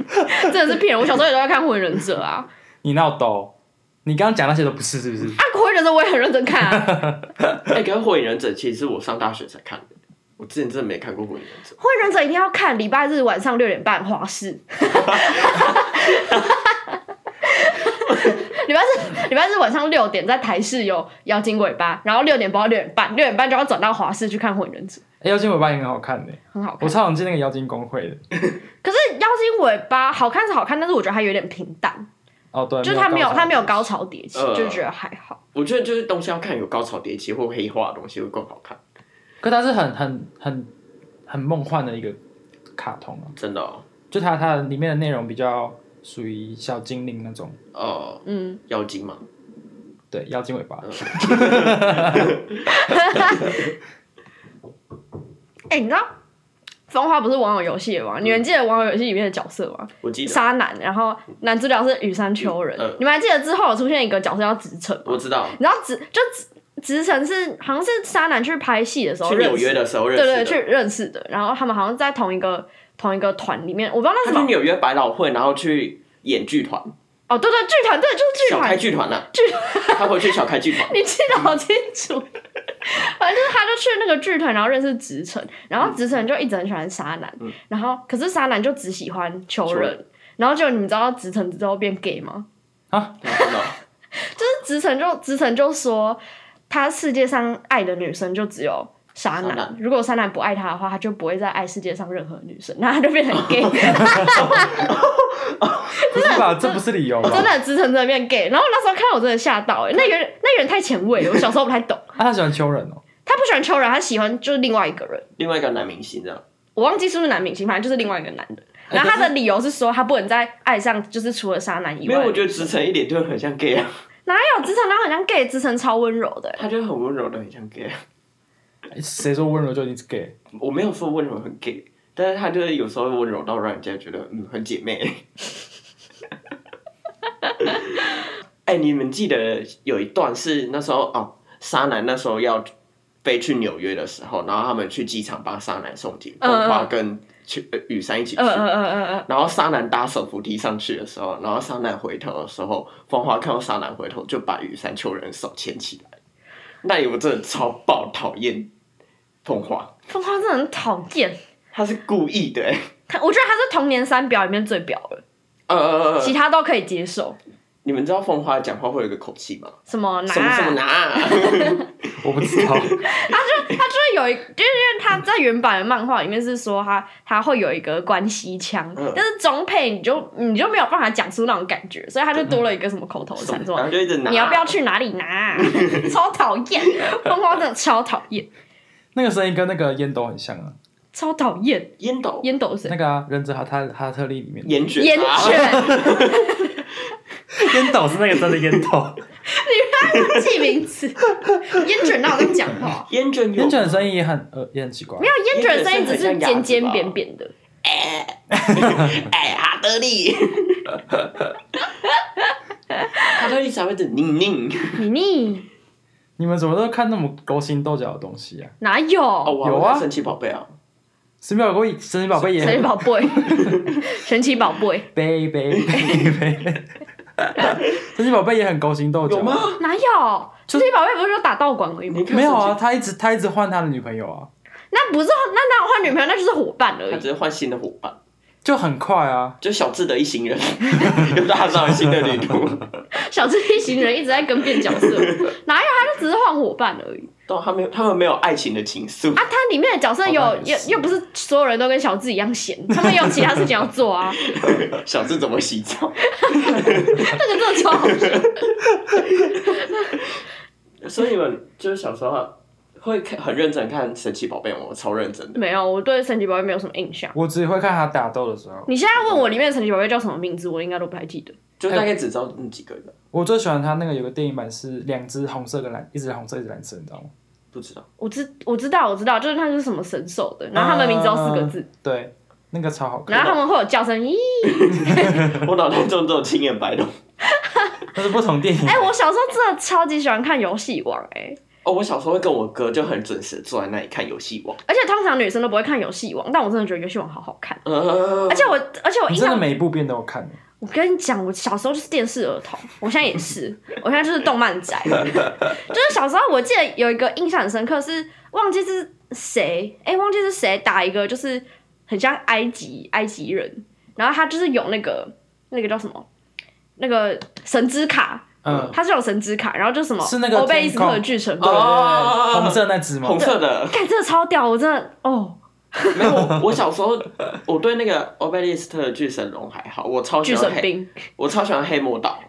Speaker 2: 真的是骗人。我小时候也都在看《火影忍者》啊，
Speaker 1: 你闹抖。你刚刚讲那些都不是，是不是？
Speaker 2: 啊，《火影忍者》我也很认真看啊，《
Speaker 3: 哎，跟火影忍者其实是我上大学才看的，我之前真的没看过火影忍者。
Speaker 2: 火影忍者》一定要看，礼拜日晚上六点半华视。 礼拜日，礼拜日晚上六点在台视有《妖精尾巴》，然后六点播到六点半，六点半就要转到华视去看《火影忍者》，
Speaker 1: 哎，妖精尾巴也很好看的，
Speaker 2: 很好看
Speaker 1: 我。超想进那个妖精公会的。
Speaker 2: 可是妖精尾巴好看是好看，但是我觉得它有点平淡。
Speaker 1: 哦，对，
Speaker 2: 就是他没有
Speaker 1: 高潮
Speaker 2: 他没有高潮迭起，
Speaker 3: 呃
Speaker 2: 就觉得还好。
Speaker 3: 我觉得就是东西要看有高潮迭起或黑化的东西会更好看，
Speaker 1: 可它是很很很很梦幻的一个卡通啊，
Speaker 3: 真的哦。
Speaker 1: 就它它里面的内容比较属于小精灵那种，
Speaker 3: 哦，
Speaker 2: 嗯，
Speaker 3: 妖精嘛，
Speaker 1: 对，妖精尾巴。
Speaker 2: 哎、你知道风花不是网友游戏的吗？你们记得网友游戏里面的角色吗？
Speaker 3: 我嗯记得，
Speaker 2: 沙男，然后男主角是羽山秋人。
Speaker 3: 嗯
Speaker 2: 你们还记得之后有出现一个角色叫直城吗？
Speaker 3: 我知道，
Speaker 2: 你知道直就直直城是好像是沙男去拍戏的时候
Speaker 3: 去
Speaker 2: 认
Speaker 3: 纽
Speaker 2: 识
Speaker 3: 约的时候认
Speaker 2: 对
Speaker 3: 识
Speaker 2: 对，
Speaker 3: 的。
Speaker 2: 去认识的。然后他们好像在同一个同一个团里面，我不知道那是
Speaker 3: 他
Speaker 2: 什
Speaker 3: 去
Speaker 2: 么。
Speaker 3: 纽约百老汇，然后去演剧团，
Speaker 2: 哦，对对，剧团，对，就是剧
Speaker 3: 小开
Speaker 2: 团。
Speaker 3: 剧团呐、
Speaker 2: 剧。
Speaker 3: 他回去小开剧团
Speaker 2: 你记得好清楚。 反正就是他就去那个剧团，然后认识直城，然后直城就一直很喜欢沙男，然后可是沙男就只喜欢嗯秋
Speaker 3: 秋
Speaker 2: 人
Speaker 3: 人。
Speaker 2: 然后就你知道直城之后变 gay 吗？
Speaker 3: 嗯真的哦
Speaker 2: 就是直城就直城就说，他世界上爱的女生就只有沙
Speaker 3: 沙
Speaker 2: 男
Speaker 3: 男，
Speaker 2: 如果沙男不爱他的话，他就不会再爱世界上任何女生，那他就变成 gay。
Speaker 1: 不是吧？这不是理由吧？
Speaker 2: 哦真
Speaker 1: 啊，
Speaker 2: 的直成在那边 gay，然后我那时候看我真的吓到、欸，那个人那个人太前卫了，我小时候不太懂。
Speaker 1: 他喜欢秋人哦。
Speaker 2: 他不喜欢秋人，他喜欢就是另外一个人，
Speaker 3: 另外一个男明星这样，
Speaker 2: 我忘记是不是男明星，反正就是另外一个男的。
Speaker 3: 哎
Speaker 2: 然后他的理由是说，他不能再爱上就是除了渣男以
Speaker 3: 因为
Speaker 2: 外
Speaker 3: 我，觉得直成一脸就很像 gay 啊，
Speaker 2: 哪有直成他很像 gay，直成超温柔的欸、
Speaker 3: 他就很温柔的很像 gay 啊。
Speaker 1: 谁说温柔就一定是 gay？
Speaker 3: 我没有说温柔很 gay，但是他就是有时候温柔到让人家觉得嗯很姐妹。 哎、你们记得有一段是那时候哦，沙男那时候要飞去纽约的时候，然后他们去机场帮沙男送进，
Speaker 2: 嗯嗯
Speaker 3: 风花跟去呃雨山一起去。
Speaker 2: 嗯嗯嗯嗯嗯，
Speaker 3: 然后沙男搭手扶梯上去的时候，然后沙男回头的时候，风花看到沙男回头就把雨山秋人的手牵起来。那一幕真的超爆讨厌风花，
Speaker 2: 风花真的很讨厌，
Speaker 3: 他是故意的、欸。
Speaker 2: 他我觉得他是童年三表里面最表了，
Speaker 3: 呃，
Speaker 2: 其他都可以接受，
Speaker 3: 你们知道风花讲话会有一个口气吗？
Speaker 2: 什么拿
Speaker 3: 什么什么拿、
Speaker 1: 我不知道。
Speaker 2: 他就是有一，就是因为他在原版的漫画里面是说他他会有一个关西腔，
Speaker 3: 嗯
Speaker 2: 但是中配你就你就没有办法讲出那种感觉，所以他就多了一个什么口头禅，什
Speaker 3: 然后
Speaker 2: 么
Speaker 3: 就一直拿。
Speaker 2: 你要不要？去哪里拿 啊、超讨厌，风花真的超讨厌，
Speaker 1: 那个声音跟那个烟斗很像啊，
Speaker 2: 超讨厌，
Speaker 3: 烟斗、
Speaker 2: 烟斗谁
Speaker 1: 那？个啊，忍者哈他哈特利里面
Speaker 3: 烟卷、
Speaker 2: 烟
Speaker 3: 啊、
Speaker 2: 卷，
Speaker 1: 烟斗是那个真的烟斗，
Speaker 2: 记名 词，烟卷哪有在讲话？
Speaker 3: 烟卷 有
Speaker 1: 烟卷的声音也很呃也很奇怪
Speaker 2: 没。有烟卷的声音，只
Speaker 3: 烟卷是
Speaker 2: 是
Speaker 3: 很像鸭
Speaker 2: 尖
Speaker 3: 子
Speaker 2: 尖
Speaker 3: 吧
Speaker 2: 扁扁的。
Speaker 3: 哎，哈德利，哈德利才会整宁宁。
Speaker 2: 你腻
Speaker 1: 你们怎么都看那么勾心斗角的东西啊？
Speaker 2: 哪有？
Speaker 3: 哦，我还
Speaker 1: 有啊
Speaker 3: 会神奇宝贝啊，
Speaker 1: 神奇宝贝，神奇宝贝也
Speaker 2: 神奇宝贝， 神奇宝贝
Speaker 1: 贝贝贝贝，神奇宝贝也很勾心斗角。啊
Speaker 3: 有吗？？
Speaker 2: 哪有？
Speaker 1: 就
Speaker 2: 神奇宝贝不是说打道馆而已吗
Speaker 3: 你？看
Speaker 1: 没有啊，，他一直他一直换他的女朋友啊，
Speaker 2: 那不是那那换女朋友，那就是伙伴而
Speaker 3: 他
Speaker 2: 已。
Speaker 3: 只是换新的伙伴，
Speaker 1: 就很快啊。
Speaker 3: 就小智的一行人 又踏上了新的旅途。
Speaker 2: 小智一行人一直在更变角色，哪有？他就只是换伙伴而已。
Speaker 3: 但啊他没有，他们没有爱情的情愫
Speaker 2: 啊，，他里面的角色有
Speaker 1: 伙伴也
Speaker 2: 又
Speaker 1: 是
Speaker 2: 又不是所有人都跟小智一样闲，他们有其他事情要做啊。
Speaker 3: 小智怎么洗澡？
Speaker 2: 那个真的超好笑。
Speaker 3: 所以你们就是小时候会看很认真看神奇宝贝吗？我超认真的。
Speaker 2: 没有，我对神奇宝贝没有什么印象。
Speaker 1: 我只会看他打斗的时候，
Speaker 2: 你现在问我里面的神奇宝贝叫什么名字，我应该都不太记得。
Speaker 3: 就大概只知道那几个人，
Speaker 1: 我最喜欢他那个有个电影版是两只红色跟蓝，一只红色一只蓝色，你知道吗？
Speaker 3: 不知道。
Speaker 2: 我知我知道我知道，就是它是什么神兽的，然后它们名字都四个字，
Speaker 1: 对，那个超好看，
Speaker 2: 然后他们会有叫声咦。
Speaker 3: 我脑袋中只有青眼白龙。
Speaker 1: 那是不同电影。
Speaker 2: 哎、我小时候真的超级喜欢看游戏王哎、
Speaker 3: 哦，我小时候会跟我哥就很准时坐在那里看游戏王。
Speaker 2: 而且通常女生都不会看游戏王，但我真的觉得游戏王好好看。
Speaker 3: 呃
Speaker 2: 而，且我，而且我
Speaker 1: 你
Speaker 2: 印
Speaker 1: 真的
Speaker 2: 象，
Speaker 1: 每一部片都有看，
Speaker 2: 我跟你讲，我小时候就是电视儿童，我现在也是，我现在就是动漫宅。就是小时候，我记得有一个印象很深刻是，忘记是谁，哎、忘记是谁打一个，就是很像埃及埃及人，然后他就是有那个那个叫什么，那个神之卡，
Speaker 1: 嗯，
Speaker 2: 他是有神之卡，然后就什么
Speaker 1: 是那个
Speaker 2: 欧贝伊斯
Speaker 1: 天空哦
Speaker 2: 特巨神
Speaker 1: 对对
Speaker 2: 兵，
Speaker 1: 对，红色那只吗
Speaker 3: 红？色的，
Speaker 2: 看、这个超屌，我真的哦，
Speaker 3: 没有，我我小时候我对那个 Obelisk 的巨神龙还好，我超喜
Speaker 2: 巨
Speaker 3: 欢
Speaker 2: 神
Speaker 3: 黑，
Speaker 2: 兵，
Speaker 3: 我超喜欢黑魔岛，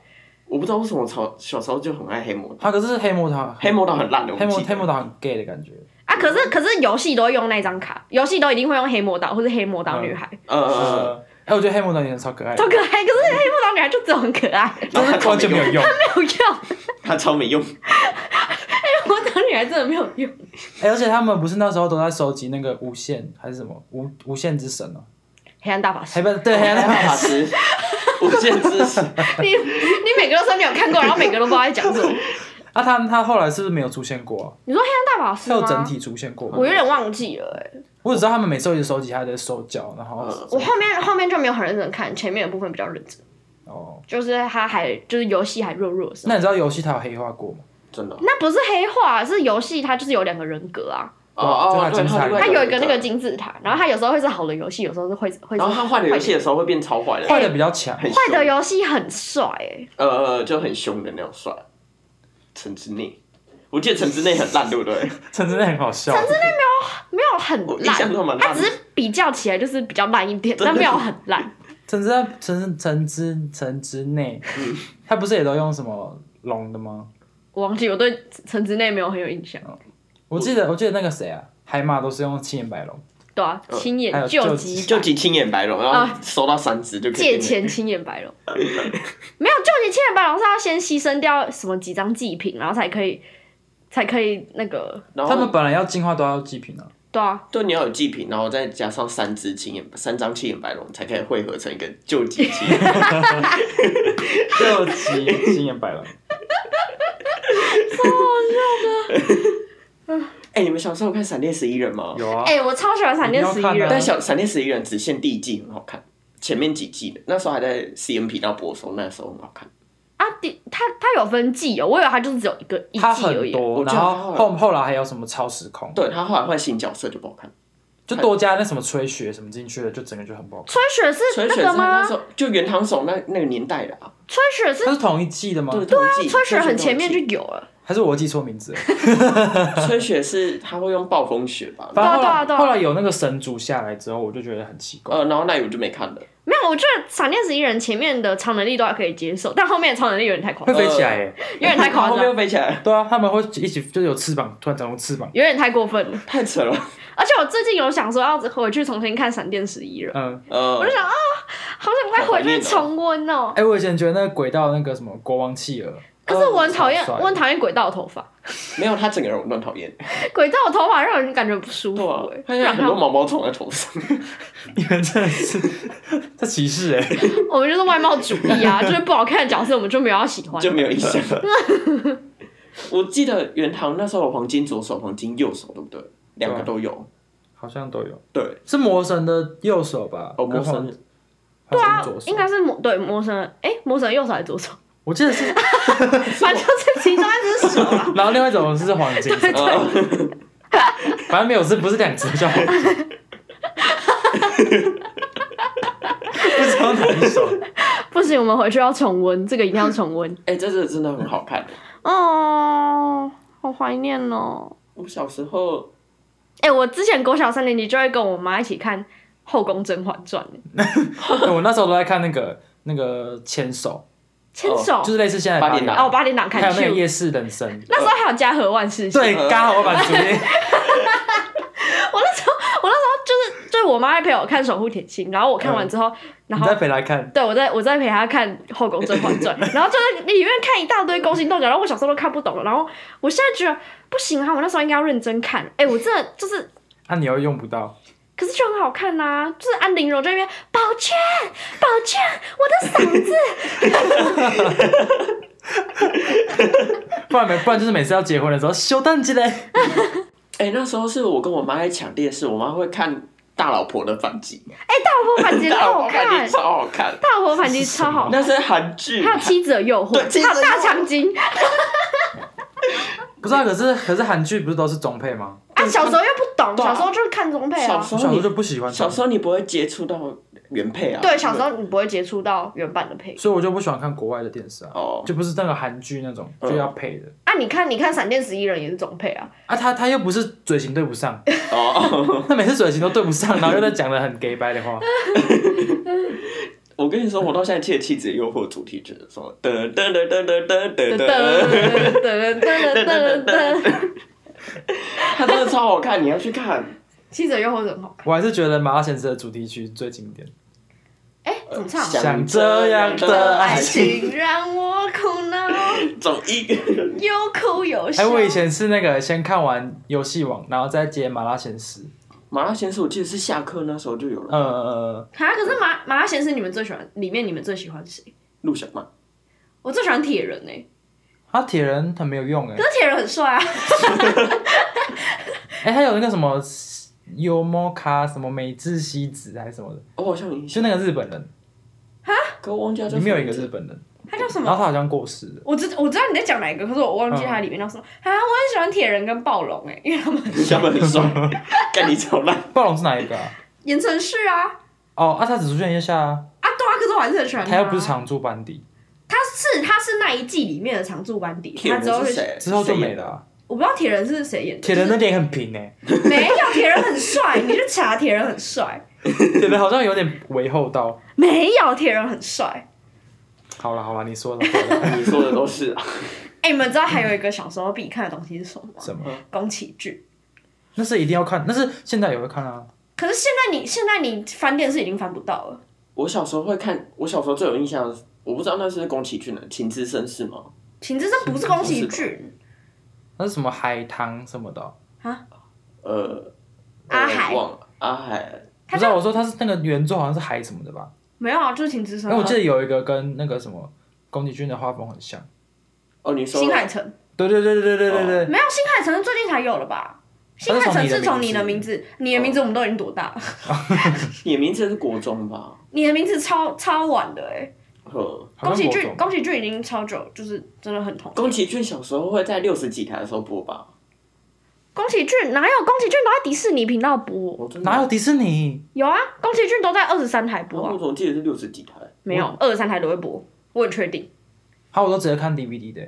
Speaker 3: 我不知道为什么我超小时候就很爱黑魔岛，
Speaker 1: 他可是黑魔塔，
Speaker 3: 黑魔岛很烂的，我
Speaker 1: 黑魔
Speaker 3: 记
Speaker 1: 嗯
Speaker 3: 得
Speaker 1: 黑魔塔很 gay 的感觉，
Speaker 2: 啊，可是可是游戏都会用那张卡，游戏都一定会用黑魔导或是黑魔导女孩，
Speaker 3: 呃，
Speaker 1: 呃，哎，我觉得黑魔塔女人超可爱的
Speaker 2: 超，可爱。可是黑魔导女孩就只有很可爱，
Speaker 1: 但是完全没有用。
Speaker 2: 没有用。
Speaker 3: 他超没 用，
Speaker 2: 黑魔导女孩真的没有用。
Speaker 1: 哎，而且他们不是那时候都在收集那个无限还是什么无无限之神哦，
Speaker 2: 黑暗大法师
Speaker 1: 黑，不对黑暗大
Speaker 3: 法
Speaker 1: 法师，
Speaker 3: 师， 无限知识，
Speaker 2: 你你每个都说你有看过，然后每个都不知道在讲什么。
Speaker 1: 啊他他后来是不是没有出现过啊？
Speaker 2: 你说黑暗大法师
Speaker 1: 他有整
Speaker 2: 吗？
Speaker 1: 体出现过吗
Speaker 2: 我？有点忘记了、欸，
Speaker 1: 我只知道他们每次一直收集他的手脚，然后
Speaker 3: 呃
Speaker 2: 我后面后面就没有很认真看，前面的部分比较认真，
Speaker 1: 哦，
Speaker 2: 就是他还就是游戏还弱弱的时候。
Speaker 1: 那你知道游戏它有黑化过吗？
Speaker 3: 真的哦
Speaker 2: 那不是黑化，是游戏它就是有两个人格啊，
Speaker 1: 就
Speaker 3: 哦
Speaker 1: 他，
Speaker 3: 对，
Speaker 1: 精彩
Speaker 3: 另外
Speaker 2: 它有一个
Speaker 3: 人
Speaker 2: 那个金字塔，然后它有时候会是好的游戏，有时候是会会是
Speaker 3: 然后他换了游戏的时候会变超坏的，
Speaker 1: 坏的比较强，
Speaker 3: 很
Speaker 2: 哎坏
Speaker 3: 凶
Speaker 2: 的游戏很帅哎、
Speaker 3: 呃呃就很凶的那种帅，城之内，我记得城之内很烂，对 不对？
Speaker 1: 陈真的很好笑。
Speaker 2: 没有很
Speaker 3: 我印象中
Speaker 2: 烂，
Speaker 3: 蛮
Speaker 2: 它
Speaker 3: 烂
Speaker 2: 只
Speaker 3: 的，
Speaker 2: 是比较起来就是比较烂一点，
Speaker 3: 真的
Speaker 2: 但没有很烂。
Speaker 1: 橙汁在橙橙汁橙汁内，
Speaker 3: 嗯
Speaker 1: 他不是也都用什么龙的吗？
Speaker 2: 我忘记我对城之内没有很有印象，
Speaker 1: 我记得我记得那个谁啊，海马都是用青眼白龙，
Speaker 2: 对啊，
Speaker 3: 呃
Speaker 2: 青
Speaker 1: 还
Speaker 2: 眼
Speaker 1: 有
Speaker 2: 救
Speaker 1: 救
Speaker 2: 急
Speaker 1: 急
Speaker 3: 就集青眼白龙，然后
Speaker 2: 啊
Speaker 3: 收到三只就可以
Speaker 2: 借
Speaker 3: 变成。
Speaker 2: 钱青眼白龙，没有救急青眼白龙是要先牺牲掉什么几张祭品，然后才可以才可以那个
Speaker 3: 然后
Speaker 1: 他们本来要进化都要祭品 啊。
Speaker 2: 对啊，
Speaker 3: 对，你要有祭品，然后再加上三只青眼，三张青眼白龙，才可以汇合成一个救 急青眼。
Speaker 1: 六级青眼 白龙，
Speaker 3: 哎、你们小时候有看《闪电十一人》吗？
Speaker 1: 有啊，
Speaker 2: 哎、我超喜欢闪电十
Speaker 1: 一定
Speaker 2: 一
Speaker 1: 要看
Speaker 2: 人
Speaker 1: 啊
Speaker 3: 但，小《闪电十一人》只限第一季很好看，前面几季的那时候还在 CMP 到播的时候，那时候很好看。
Speaker 2: 啊，第它它有分季哦，我以为它就是只有一个一
Speaker 1: 它
Speaker 2: 季而
Speaker 1: 很
Speaker 2: 已。
Speaker 1: 多，
Speaker 3: 我觉
Speaker 1: 然
Speaker 3: 得
Speaker 1: 后后后来还有什么超时空，
Speaker 3: 对他后来换新角色就不好看，
Speaker 1: 就多加那什么吹雪什么进去的，就整个就很不好看。
Speaker 2: 吹雪是
Speaker 3: 所以
Speaker 2: 那
Speaker 3: 选
Speaker 2: 个
Speaker 3: 上那
Speaker 2: 吗
Speaker 3: 时？候就原堂手那那个年代的啊，
Speaker 2: 吹雪是
Speaker 1: 它是同一季的吗？
Speaker 3: 对对啊，
Speaker 2: 吹雪很
Speaker 3: 同
Speaker 2: 前面就
Speaker 3: 季
Speaker 2: 有了，
Speaker 1: 还是我记错名字了？
Speaker 3: 吹雪是他会用暴风雪吧？
Speaker 1: 反正后
Speaker 2: 对啊
Speaker 1: 来
Speaker 2: 对啊
Speaker 1: 后来有那个神族下来之后，我就觉得很奇怪。
Speaker 3: 呃，然后那我就没看了。
Speaker 2: 没有，我觉得闪电十一人前面的超能力都还可以接受，但后面的超能力有点太夸
Speaker 1: 会
Speaker 3: 呃
Speaker 2: 张，
Speaker 1: 飞起来耶！
Speaker 2: 有点太夸
Speaker 3: 后面又
Speaker 2: 张，
Speaker 3: 飞起来了，
Speaker 1: 对啊，他们会一起就是有翅膀，突然长出翅膀。
Speaker 2: 有点太过分了。
Speaker 3: 太扯了。
Speaker 2: 而且我最近有想说要回去重新看闪电十一人，
Speaker 1: 嗯，
Speaker 3: 呃
Speaker 2: 我就，想啊，好想再回去重温哦。
Speaker 1: 哎，我以前觉得那个轨道那个什么国王企鹅，
Speaker 2: 可是我很讨厌，
Speaker 3: 哦
Speaker 1: 超帅
Speaker 2: 我很讨厌轨道的头发，
Speaker 3: 没有他整个人我乱讨厌，
Speaker 2: 轨道的头发让人感觉不舒
Speaker 3: 对啊
Speaker 2: 服、欸，，
Speaker 3: 他现在很多毛毛虫在头上。
Speaker 1: 你们真的是在歧视哎、
Speaker 2: 我们就是外貌主义 啊，就是不好看的角色我们就没有要喜欢。
Speaker 3: 就没有印象了。 我记得元堂那时候有黄金左手、黄金右手，对不对？两个都有。
Speaker 1: 好像都有，
Speaker 3: 对，
Speaker 1: 是魔神的右手吧？
Speaker 3: 哦，魔
Speaker 1: 跟黄
Speaker 3: 神，
Speaker 2: 对啊
Speaker 1: 黄金左，手
Speaker 2: 应该是魔对魔神，哎、魔神右手还是左 手？
Speaker 1: 我记得 是，
Speaker 2: 反正就是其中一 只手
Speaker 3: 哦
Speaker 2: 啊。
Speaker 1: 然后另外一种是黄金手，
Speaker 3: 呃，
Speaker 1: 反正没有是不是两只就好。 不知道哪一手，
Speaker 2: 不行，我们回去要重温，这个一定要重 温。
Speaker 3: 哎，这个真的很好看。
Speaker 2: 哦，好怀念哦。
Speaker 3: 我小时候，
Speaker 2: 哎、我之前国小三年级就会跟我妈一起看《后宫甄嬛传》欸，
Speaker 1: 我那时候都在看那个那个牵手，
Speaker 2: 牵
Speaker 3: 哦
Speaker 2: 手、
Speaker 1: 就是类似现在的
Speaker 3: 八点档
Speaker 2: 啊，我八点档看
Speaker 1: 还有那个
Speaker 2: Q，
Speaker 1: 夜市人生，
Speaker 2: 那时候还有嘉禾万事兴。
Speaker 1: 对，刚好我把 主页
Speaker 2: 我那时候，我那时候就是就是我妈还陪我看《守护甜心》，然后我看
Speaker 3: 嗯
Speaker 2: 完之后，
Speaker 1: 你
Speaker 2: 然后
Speaker 1: 再回来看，
Speaker 2: 对我在我在陪她看《后宫甄嬛传》， 然后就在里面看一大堆勾心斗角，然后我小时候都看不懂了，然后我现在觉得不行啊，我那时候应该要认真看，哎、我真的就是。
Speaker 1: 啊，你又用不到，
Speaker 2: 可是就很好看呐、就是安陵容在那边，宝娟，宝娟，我的嗓子，
Speaker 1: 不然没，不然就是每次要结婚的时候，修蛋鸡嘞。
Speaker 3: 哎，那时候是我跟我妈在抢电视，我妈会看《大老婆的反击
Speaker 2: 哎、大火反》， 击
Speaker 3: 《大
Speaker 2: 好
Speaker 3: 老
Speaker 2: 好
Speaker 3: 婆反
Speaker 2: 看
Speaker 3: 击》，超好看，
Speaker 2: 大火反击超好看，
Speaker 3: 那是韩剧
Speaker 2: 还。有妻子的诱惑，
Speaker 3: 对妻子
Speaker 2: 还有
Speaker 3: 的诱
Speaker 2: 大
Speaker 3: 惑
Speaker 2: 长今，
Speaker 1: 不是啊，可是可是韩剧不是都是中配吗？
Speaker 2: 啊，小时候又不懂，
Speaker 3: 对啊
Speaker 2: 小时候就是看中配
Speaker 3: 小
Speaker 2: 啊
Speaker 3: 时。
Speaker 1: 我小
Speaker 3: 候
Speaker 1: 时候
Speaker 3: 你
Speaker 1: 就不喜欢
Speaker 3: 小
Speaker 1: 中
Speaker 3: 时候你不会接触到原配啊？
Speaker 2: 对，小时候你不会接触到原版的配
Speaker 1: 配，所以我就不喜欢看国外的电视啊，
Speaker 3: 哦
Speaker 1: 就不是那个韩剧那种
Speaker 3: 嗯
Speaker 1: 就要配的
Speaker 2: 啊！你看，你看《闪电十一人》也是中配啊，
Speaker 1: 啊，他他又不是嘴型对不上，
Speaker 3: 哦，
Speaker 1: 他每次嘴型都对不上，然后又在讲的很 gay 白的话，
Speaker 3: 我跟你说，我到现在记得《妻子的诱惑》主题曲的时候，噔噔噔噔噔噔
Speaker 2: 噔
Speaker 3: 噔
Speaker 2: 噔
Speaker 3: 噔，
Speaker 2: 噔噔噔噔噔噔，
Speaker 3: 它真的超好看，你要去看。
Speaker 2: 七者诱惑者很好看。
Speaker 1: 我还是觉得《麻辣鲜师》的主题曲最经典。
Speaker 2: 哎，怎么唱啊？
Speaker 1: 想这样的爱情，
Speaker 2: 让我苦恼，
Speaker 3: 走一个人，
Speaker 2: 又哭又
Speaker 1: 哎，
Speaker 2: 笑。
Speaker 1: 我以前是那个先看完《游戏王》，然后再接《麻辣鲜师》。
Speaker 3: 麻辣鲜师，我记得是下课那时候就有了。
Speaker 1: 呃呃，
Speaker 2: 啊，可是麻麻辣鲜师你们最喜欢里面你们最喜欢谁？
Speaker 3: 陆小曼，
Speaker 2: 我最喜欢铁人哎、
Speaker 1: 他铁人很没有用哎、
Speaker 2: 可是铁人很帅啊。
Speaker 1: 哎、他有那个什么幽默咖，什么美智希子还是什么的，
Speaker 3: 哦，我好像有印
Speaker 1: 就
Speaker 3: 象，
Speaker 1: 那个日本人，
Speaker 3: 可我忘记他叫
Speaker 1: 里面有一个
Speaker 3: 什么
Speaker 1: 日
Speaker 3: 名字
Speaker 1: 本人，
Speaker 2: 他叫什
Speaker 1: 然后
Speaker 2: 么？
Speaker 1: 他好像过世了。
Speaker 2: 我知我知道你在讲哪一个，可是我忘记他里面叫什么。啊，我很喜欢铁人跟暴龙哎、因为他们
Speaker 3: 小本很帅，干你超烂。
Speaker 1: 暴龙是哪一个啊？
Speaker 2: 言承旭啊
Speaker 1: 哦，啊，他只出现一下啊，
Speaker 2: 啊，对啊，可是我还是很喜欢
Speaker 1: 他
Speaker 2: 啊
Speaker 1: 又不是，常驻班 底，
Speaker 2: 他是他是那一季里面的常驻班底，
Speaker 3: 铁
Speaker 2: 他
Speaker 3: 人
Speaker 2: 之后
Speaker 3: 是
Speaker 2: 是
Speaker 3: 谁？
Speaker 1: 之后就
Speaker 3: 谁
Speaker 1: 没
Speaker 3: 演
Speaker 1: 了、啊。
Speaker 2: 我不知道铁人是谁演的，
Speaker 1: 铁人的脸很平 哎、
Speaker 2: 就是没有铁人很帅，你去查铁人很帅，
Speaker 1: 铁人好像有点为厚道。
Speaker 2: 没有铁人很帅。
Speaker 1: 好了好了，你说 了，好了
Speaker 3: 你说的都是啊。
Speaker 2: 哎、你们知道还有一个小时候必看的东西是什么吗？
Speaker 1: 什么？
Speaker 2: 宫崎骏。
Speaker 1: 那是一定要看，但是现在也会看啊。
Speaker 2: 可是现在你现在你翻电视已经翻不到了，
Speaker 3: 我小时候会看，我小时候最有印象的是，我不知道那是宫崎骏的《情之绅士》吗？
Speaker 2: 秦之这不是宫崎骏，
Speaker 1: 那是什么海棠什么的哦、
Speaker 3: 呃，
Speaker 2: 阿
Speaker 3: 呃
Speaker 2: 海
Speaker 3: 忘了阿海，
Speaker 1: 不
Speaker 2: 他
Speaker 1: 知道
Speaker 2: 叫
Speaker 1: 我说他是那个原作好像是海什么的吧？
Speaker 2: 没有啊，就是秦之
Speaker 1: 因为哎我记
Speaker 2: 绅。
Speaker 1: 得有一个跟那个什么宫崎骏的画风很像。
Speaker 3: 哦，你说
Speaker 2: 新海诚
Speaker 1: 对对对对对对对对，
Speaker 2: 没有，新海诚是最近才有了吧？新海诚是从你的名字，你的名字我们都已经多大了？
Speaker 3: 你的名字是国中吧？
Speaker 2: 你的名字超超晚的哎、
Speaker 3: 呵，
Speaker 1: 好像
Speaker 2: 宫崎
Speaker 1: 某
Speaker 2: 骏，
Speaker 1: 种
Speaker 2: 宫崎骏已经超久，就是真的很红。
Speaker 3: 宫崎骏小时候会在六十几台的时候播吧？
Speaker 2: 宫崎骏哪有宫崎骏都在迪士尼频道播？
Speaker 3: 我真的
Speaker 1: 哪有迪士尼？
Speaker 2: 有啊，宫崎骏都在二十三台播、
Speaker 3: 我
Speaker 2: 啊，
Speaker 3: 总记得是六十几台。
Speaker 2: 没有二十三台都会播，我很确定。
Speaker 1: 好，我都直接看 DVD 的、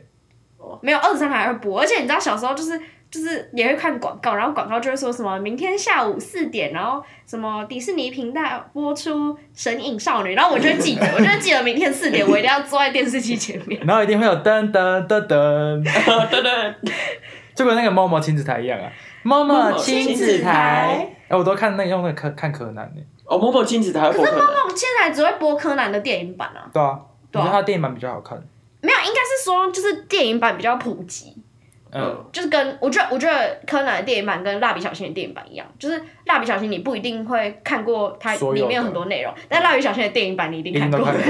Speaker 2: 没有二十三台会播，而且你知道小时候就是就是也会看广告，然后广告就会说什么明天下午四点，然后什么迪士尼频道播出《神隐少女》，然后我就会记得，我就 会记得明天四点我一定要坐在电视机前 面。
Speaker 1: 然后一定会有噔噔噔噔，
Speaker 3: 对对，
Speaker 1: 就跟那个猫猫亲子台一样啊。猫猫亲子
Speaker 3: 亲子
Speaker 1: 台
Speaker 2: 台，
Speaker 1: 哎、我都看那个用那个柯看柯南呢、
Speaker 3: 哦，某某亲子台会播
Speaker 2: 可是
Speaker 3: 柯
Speaker 2: 猫
Speaker 3: 南，
Speaker 2: 猫哦现在只会播柯南的电影版啊，
Speaker 1: 对啊，我
Speaker 2: 对啊
Speaker 1: 觉得他的电影版比较好看。
Speaker 2: 没有，应该是说就是电影版比较普及，
Speaker 1: 嗯，
Speaker 2: 就是跟我觉得，我觉得柯南的电影版跟蜡笔小新的电影版一样，就是蜡笔小新你不一定会看过它
Speaker 1: 所有的
Speaker 2: 里面有很多内容，但蜡笔小新的电影版你一
Speaker 1: 一
Speaker 2: 定
Speaker 1: 定
Speaker 2: 看
Speaker 1: 都
Speaker 2: 过。
Speaker 1: 看过。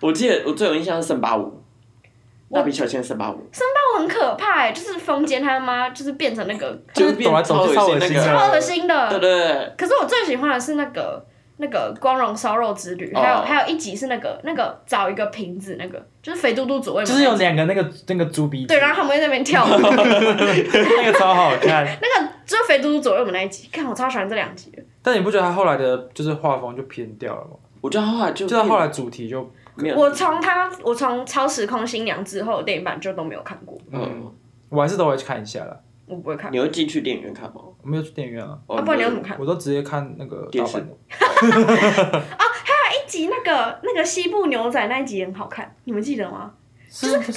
Speaker 3: 我记得我最有印象是圣巴舞，蜡笔小新的圣巴舞，
Speaker 2: 那我哦很可怕、欸，就是风间他妈就是变成 那个
Speaker 1: 就是走来走去超恶心的
Speaker 3: 就变
Speaker 2: 超恶心
Speaker 3: 对
Speaker 2: 的。
Speaker 3: 对，
Speaker 2: 可是我最喜欢的是那个那个光荣烧肉之旅，
Speaker 3: 哦
Speaker 2: 还有还有一集是那个那个找一个瓶子，那个就是肥嘟嘟左卫门，
Speaker 1: 就是有两个那个那个猪鼻子，
Speaker 2: 对，然后他们会在那边跳舞，
Speaker 1: 那个超好看。
Speaker 2: 那个就是肥嘟嘟左卫门那一集，看我超喜欢这两集的。
Speaker 1: 但你不觉得他后来的就是画风就偏掉了吗？
Speaker 3: 我觉得后来就
Speaker 1: 就到后来主题就
Speaker 3: 没有，
Speaker 2: 我从他，我从《超时空新娘》之后的电影版就都没有看过，
Speaker 3: 嗯，
Speaker 1: 我还是都会去看一下啦。
Speaker 2: 我不会看。
Speaker 3: 你会进去电影院看吗？
Speaker 1: 我没有去电影院啊，
Speaker 3: 哦
Speaker 2: 啊，不然你要怎么看？
Speaker 1: 我都直接看那个大
Speaker 3: 电视
Speaker 1: 阪的。
Speaker 2: 一哎集那个那个西部牛仔那一集很好看，你们记得吗？
Speaker 1: 是他
Speaker 2: 们就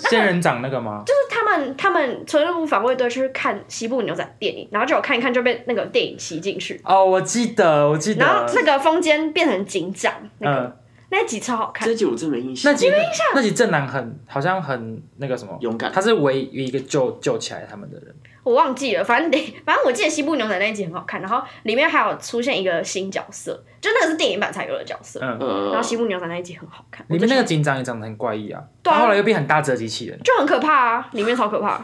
Speaker 2: 他们
Speaker 1: 仙人掌那个吗？
Speaker 2: 就是他们他们村务防卫队去看西部牛仔电影，然后就有看一看就被那个电影吸进去，
Speaker 1: 哦，我记得，我记得。
Speaker 2: 然后那个风间变成警长，那个、
Speaker 1: 啊嗯，
Speaker 2: 那一集超好看
Speaker 3: 这。集我真没印象。
Speaker 1: 那集那集正南很好像很那个什么，
Speaker 3: 勇敢
Speaker 1: 他是唯一一个救救起来他们的人。
Speaker 2: 我忘记了，反正得，反正我记得西部牛仔那一集很好看，然后里面还有出现一个新角色，就那个是电影版才有的角色，
Speaker 1: 嗯，
Speaker 2: 然
Speaker 3: 呃
Speaker 2: 后，西部牛仔那一集很好看，
Speaker 1: 里面那个警长也长得很怪异啊，
Speaker 2: 对啊
Speaker 1: 他后来又变很大只的机器人。
Speaker 2: 就很可怕啊，里面超可怕。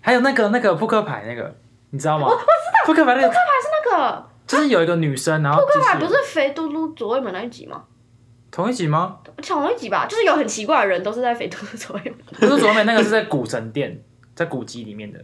Speaker 1: 还有那个那个扑克牌那个，你知道吗？我知道扑克牌那个
Speaker 2: 那个
Speaker 1: 就是有一个女生，然后
Speaker 2: 扑克牌
Speaker 1: 机器
Speaker 2: 不
Speaker 1: 人
Speaker 2: 是肥嘟嘟左卫门那一集吗？
Speaker 1: 同一集吗？
Speaker 2: 同一集吧，就是有很奇怪的人都是在肥嘟嘟左卫门。
Speaker 1: 不是左美那个是在古神殿，在古籍里面的，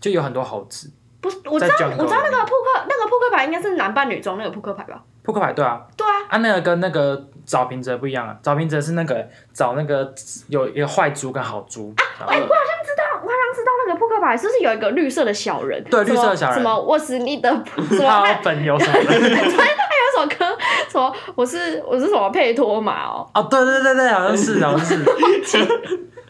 Speaker 1: 就有很多猴子。
Speaker 2: 不是，我知
Speaker 1: 在
Speaker 2: 道，
Speaker 1: jungle
Speaker 2: 我知道那个扑克那个扑克牌应该是男扮女装那个扑克牌吧？
Speaker 1: 扑克牌对啊，
Speaker 2: 对啊，
Speaker 1: 啊那个跟那个找平泽不一样啊，找平泽是那个找那个有一个坏猪跟好猪，然后
Speaker 2: 哎、我好像知道，我好像知道那个扑克牌是不是有一个绿色的小人？
Speaker 1: 对
Speaker 2: 什
Speaker 1: 绿
Speaker 2: 么
Speaker 1: 色的小人
Speaker 2: 什么我是你的 什么
Speaker 1: 他
Speaker 2: 还
Speaker 1: 有本有什么的
Speaker 2: 还有一首歌什么我是我是什么佩托马哦，
Speaker 1: 哦，对对对对，好像是好像是，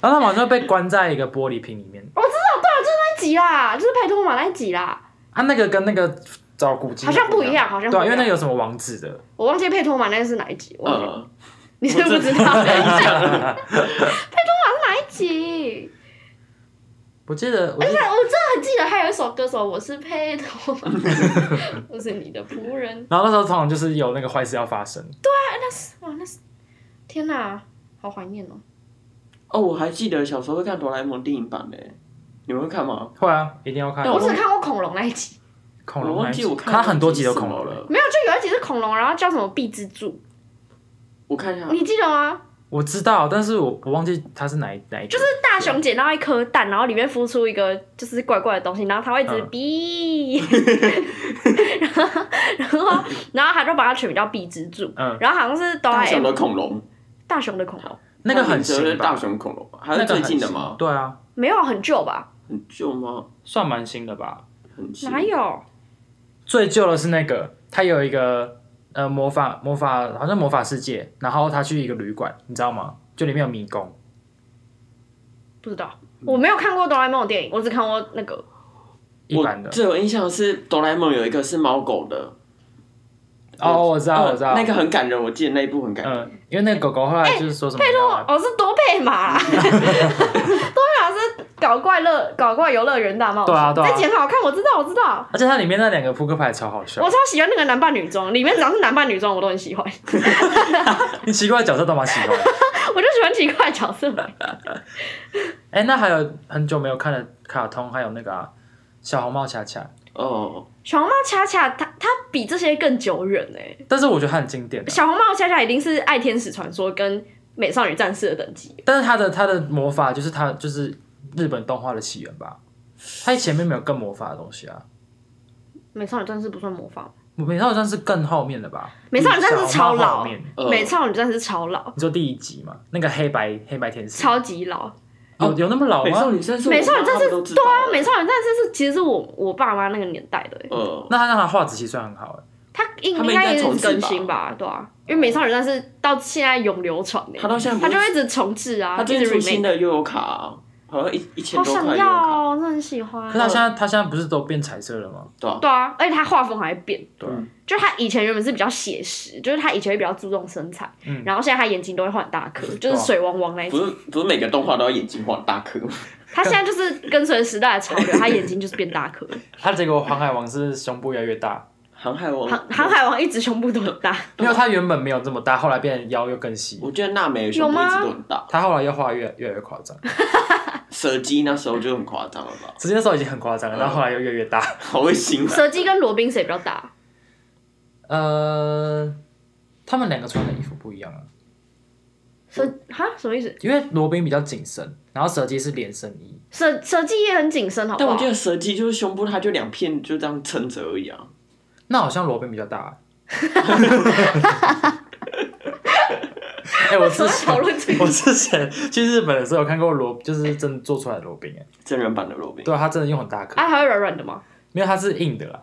Speaker 1: 然后他们好像被关在一个玻璃瓶里面，
Speaker 2: 我知道，对啊，就是那一集啦，就是佩托马那一集啦，
Speaker 1: 啊那个跟那个找古迹
Speaker 2: 好像不一，样，好像
Speaker 1: 对啊，
Speaker 2: 不一
Speaker 1: 因为
Speaker 2: 样
Speaker 1: 那个有什么王子的，
Speaker 2: 我忘记佩托马那个是哪一集，我忘记
Speaker 3: 呃，
Speaker 2: 你是不是不知道佩托 马是哪一集？
Speaker 1: 我记得我
Speaker 2: 而
Speaker 1: 记
Speaker 2: 且
Speaker 1: 得
Speaker 2: 我真的很记得，还有一首歌什么我是佩托 马， 我是你的仆人，
Speaker 1: 然后那时候通常就是有那个坏事要发生，
Speaker 2: 那是哇，那是天哪，好怀念哦。
Speaker 3: 哦，我还记得小时候会看哆啦 A 梦电影版的，欸你们会看吗？
Speaker 1: 会啊，一定要看
Speaker 3: 对
Speaker 2: 我只看过恐龙那一集，
Speaker 1: 恐
Speaker 3: 我
Speaker 1: 龙那
Speaker 3: 忘
Speaker 1: 一
Speaker 3: 记
Speaker 1: 集，
Speaker 3: 我
Speaker 1: 看很多集都
Speaker 3: 什
Speaker 1: 恐
Speaker 3: 么
Speaker 1: 龙，欸
Speaker 3: 了，
Speaker 2: 没有，就有一集是恐龙，然后叫什么壁蜘蛛，
Speaker 3: 我看一下，
Speaker 2: 你记得吗？
Speaker 1: 我知道，但是我我忘记它是哪一哪一
Speaker 2: 就
Speaker 1: 集
Speaker 2: 是，大雄捡到一颗蛋，然后里面孵出一个就是怪怪的东西，然后它会一直
Speaker 1: 嗯
Speaker 2: 哔， 然后然后然后他就把它取名叫壁蜘蛛，
Speaker 1: 嗯，
Speaker 2: 然后好像是哆啦
Speaker 3: 大
Speaker 2: A
Speaker 3: 雄的
Speaker 2: 梦
Speaker 3: 恐龙，
Speaker 2: 大雄的恐龙，
Speaker 1: 那个
Speaker 3: 它
Speaker 1: 很
Speaker 3: 名字就是
Speaker 1: 新吧
Speaker 3: 大？雄恐龙吧，还
Speaker 1: 那
Speaker 3: 是
Speaker 1: 个
Speaker 3: 最
Speaker 1: 很
Speaker 3: 近的
Speaker 1: 新
Speaker 3: 吗？
Speaker 1: 对啊，
Speaker 2: 没有很旧吧？
Speaker 3: 很旧吗？
Speaker 1: 算蛮新的吧。
Speaker 3: 很旧
Speaker 2: 哪有？
Speaker 1: 最旧的是那个，它有一个呃魔法魔法，好像魔法世界，然后他去一个旅馆，你知道吗？就里面有迷宫，
Speaker 2: 不知道，我没有看过哆啦 A 梦的电影，我只看过那个
Speaker 1: 一般的
Speaker 3: 我。最有印象的是哆啦 A 梦有一个是猫狗的，
Speaker 1: 哦，我知道，
Speaker 3: 呃
Speaker 1: 我知道，
Speaker 3: 那个很感人，我记得那一部很感人。
Speaker 1: 嗯，因为那个狗狗后来就是说什么
Speaker 2: 佩
Speaker 1: 要
Speaker 2: 洛
Speaker 1: 来，
Speaker 2: 哦是多佩 玛啦，多佩玛是搞怪乐搞怪游乐园大冒
Speaker 1: 对
Speaker 2: 险，
Speaker 1: 啊对啊
Speaker 2: 这集很好看，我知道我知道，
Speaker 1: 而且它里面那两个扑克牌超好笑
Speaker 2: 我，超喜欢那个男扮女装，里面只要是男扮女装我都很喜欢，
Speaker 1: 你奇怪的角色都蛮喜欢。
Speaker 2: 我就喜欢奇怪的角色，
Speaker 1: 哎，那还有很久没有看的卡通，还有那个啊小红帽恰恰，
Speaker 3: 哦，
Speaker 2: 小红帽恰恰它它比这些更久远哎、
Speaker 1: 但是我觉得它很经典
Speaker 3: 嗯
Speaker 1: 啊，
Speaker 2: 小红帽恰恰一定是爱天使传说跟美少女战士的等级，
Speaker 1: 但是它的它的魔法就是它就是日本动画的起源吧，它前面没有更魔法的东西啊。
Speaker 2: 美少女战士不算魔法，
Speaker 1: 美少女战士更后面的吧？
Speaker 2: 美少女战士超
Speaker 1: 小红帽
Speaker 2: 老
Speaker 1: 后，面
Speaker 3: 呃
Speaker 2: 美少女战士超老，
Speaker 1: 你说第一集嘛，那个黑白黑白天使，
Speaker 2: 超级老，
Speaker 1: 有有那么老
Speaker 3: 美少
Speaker 1: 吗？
Speaker 3: 女战士，
Speaker 2: 美少女战士
Speaker 3: 我妈妈他们都知道
Speaker 2: 对啊，美少女战士是其实是我我爸妈那个年代的欸，
Speaker 3: 呃，
Speaker 1: 那他让他画质其实算很好哎，
Speaker 2: 他应
Speaker 3: 他们
Speaker 2: 应
Speaker 3: 应
Speaker 2: 该
Speaker 3: 该
Speaker 2: 也
Speaker 3: 重
Speaker 2: 是
Speaker 3: 置吧
Speaker 2: 更新吧，对啊，因为美少女战士到现在永流传欸
Speaker 3: 他到现在不
Speaker 2: 他
Speaker 3: 是
Speaker 2: 就一直重置啊，
Speaker 3: 他
Speaker 2: 一
Speaker 3: 最近
Speaker 2: 直
Speaker 3: 出新
Speaker 2: remake，
Speaker 3: 的悠游卡啊，好像一一千
Speaker 2: 好
Speaker 3: 多块
Speaker 2: 想
Speaker 3: 悠游
Speaker 2: 要
Speaker 3: 卡，
Speaker 2: 哦，我真的很喜欢哦
Speaker 1: 可是。他现在他现在不是都变彩色了吗？
Speaker 3: 对啊，
Speaker 2: 对啊，而且他画风还变，
Speaker 1: 对啊，
Speaker 3: 嗯
Speaker 2: 就他以前原本是比较写实，就是他以前会比较注重身材，
Speaker 1: 嗯
Speaker 2: 然后现在他眼睛都会换大颗，就是
Speaker 1: 对啊
Speaker 2: 水汪汪那一
Speaker 3: 哦不
Speaker 2: 种。
Speaker 3: 是不是每个动画都要眼睛画大颗吗，
Speaker 2: 他现在就是跟随时代的潮流，他眼睛就是变大 颗。
Speaker 1: 他结果航海王是胸部越来越大，
Speaker 3: 航海王，
Speaker 2: 航航海王一直胸部都很 大，
Speaker 1: 因为他原本没有这么大，后来变腰又更细，
Speaker 3: 我记得娜美的胸部
Speaker 2: 有
Speaker 3: 一
Speaker 2: 吗
Speaker 3: 直都很大，
Speaker 1: 他后来又画越越来越夸张，
Speaker 3: 蛇姬那时候就很夸张了吧，
Speaker 1: 直接那时候已经很夸张了，然后后来又越来越大。
Speaker 3: 好恶心啊！
Speaker 2: 蛇姬跟罗宾谁比较大？
Speaker 1: 呃，他们两个穿的衣服不一样啊，
Speaker 2: 蛇哈什么意思？
Speaker 1: 因为罗宾比较紧身，然后蛇姬是连身衣。
Speaker 2: 蛇蛇姬也很紧身，好不
Speaker 3: 但
Speaker 2: 好？
Speaker 3: 我记得蛇姬就是胸部，它就两片就这样撑着而已啊。
Speaker 1: 那好像罗宾比较 大、欸。哎、我之
Speaker 2: 我
Speaker 1: 前
Speaker 2: 讨论这 个
Speaker 1: 我之前去日本的时候有看过罗，就是真的做出来的罗宾哎，
Speaker 3: 真人版的罗宾，
Speaker 1: 对啊，他真的用很大颗，
Speaker 2: 啊，还会软软的吗？
Speaker 1: 没有他是硬的啦，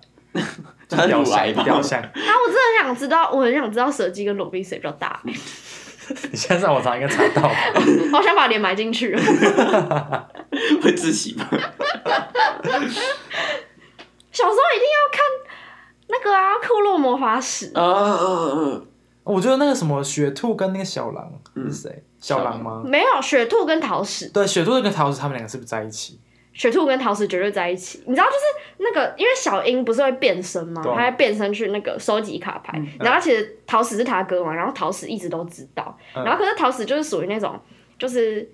Speaker 3: 它
Speaker 1: 雕
Speaker 3: 乳
Speaker 1: 像
Speaker 3: 癌吧？
Speaker 1: 雕像。
Speaker 2: 啊，我真的很想知道，我很想知道蛇姬跟罗宾谁比较大，
Speaker 1: 你现在上网查应该查到吧，
Speaker 2: 好想把脸埋进去。 哦
Speaker 3: 会窒息吧？
Speaker 2: 小时候一定要看那个啊，《库洛魔法使》，
Speaker 3: 啊啊啊！
Speaker 1: 我觉得那个什么雪兔跟那个小狼
Speaker 3: 嗯
Speaker 1: 是谁？小狼吗？
Speaker 2: 没有雪兔跟桃矢，
Speaker 1: 对，雪兔跟桃子他们两个是不是在一起？
Speaker 2: 雪兔跟桃矢绝对在一起。你知道，就是那个，因为小樱不是会变身吗？
Speaker 1: 对啊嗯
Speaker 2: 她会变身去那个收集卡牌，然后其实桃矢是他哥嘛，然后桃矢一直都知道，
Speaker 1: 嗯
Speaker 2: 然后可是桃矢就是属于那种，就是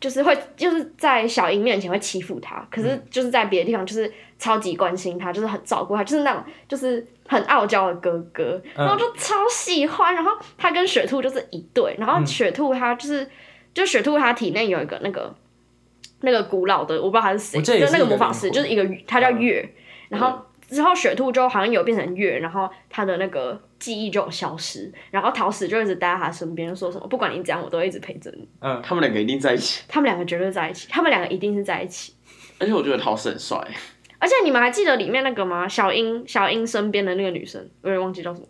Speaker 2: 就是会就是在小樱面前会欺负他，可
Speaker 1: 嗯
Speaker 2: 是就是在别的地方就是超级关心他，就是很照顾他，就是那种就是很傲娇的哥哥，
Speaker 1: 嗯
Speaker 2: 然后就超喜欢。然后他跟雪
Speaker 1: 嗯
Speaker 2: 兔就是一对，然后雪兔他就是、就雪兔他体内有一个那个。那个古老的，我不知道他是谁，
Speaker 1: 我记
Speaker 2: 就
Speaker 1: 得也是
Speaker 2: 那个
Speaker 1: 一个
Speaker 2: 魔法
Speaker 1: 灵
Speaker 2: 师，
Speaker 1: 魂
Speaker 2: 就是一个他叫
Speaker 1: 嗯
Speaker 2: 月，然后之后雪兔就好像有变成月，然后他的那个记忆就有消失，然后桃矢就一直待在他身边，说什么不管你怎样，我都会一直陪着你。
Speaker 1: 嗯，
Speaker 3: 他们两个一定在一起，
Speaker 2: 他们两个绝对在一起，他们两个一定是在一起。
Speaker 3: 而且我觉得陶矢很帅，
Speaker 2: 而且你们还记得里面那个吗？小樱，小樱身边的那个女生，我有点忘记叫什么，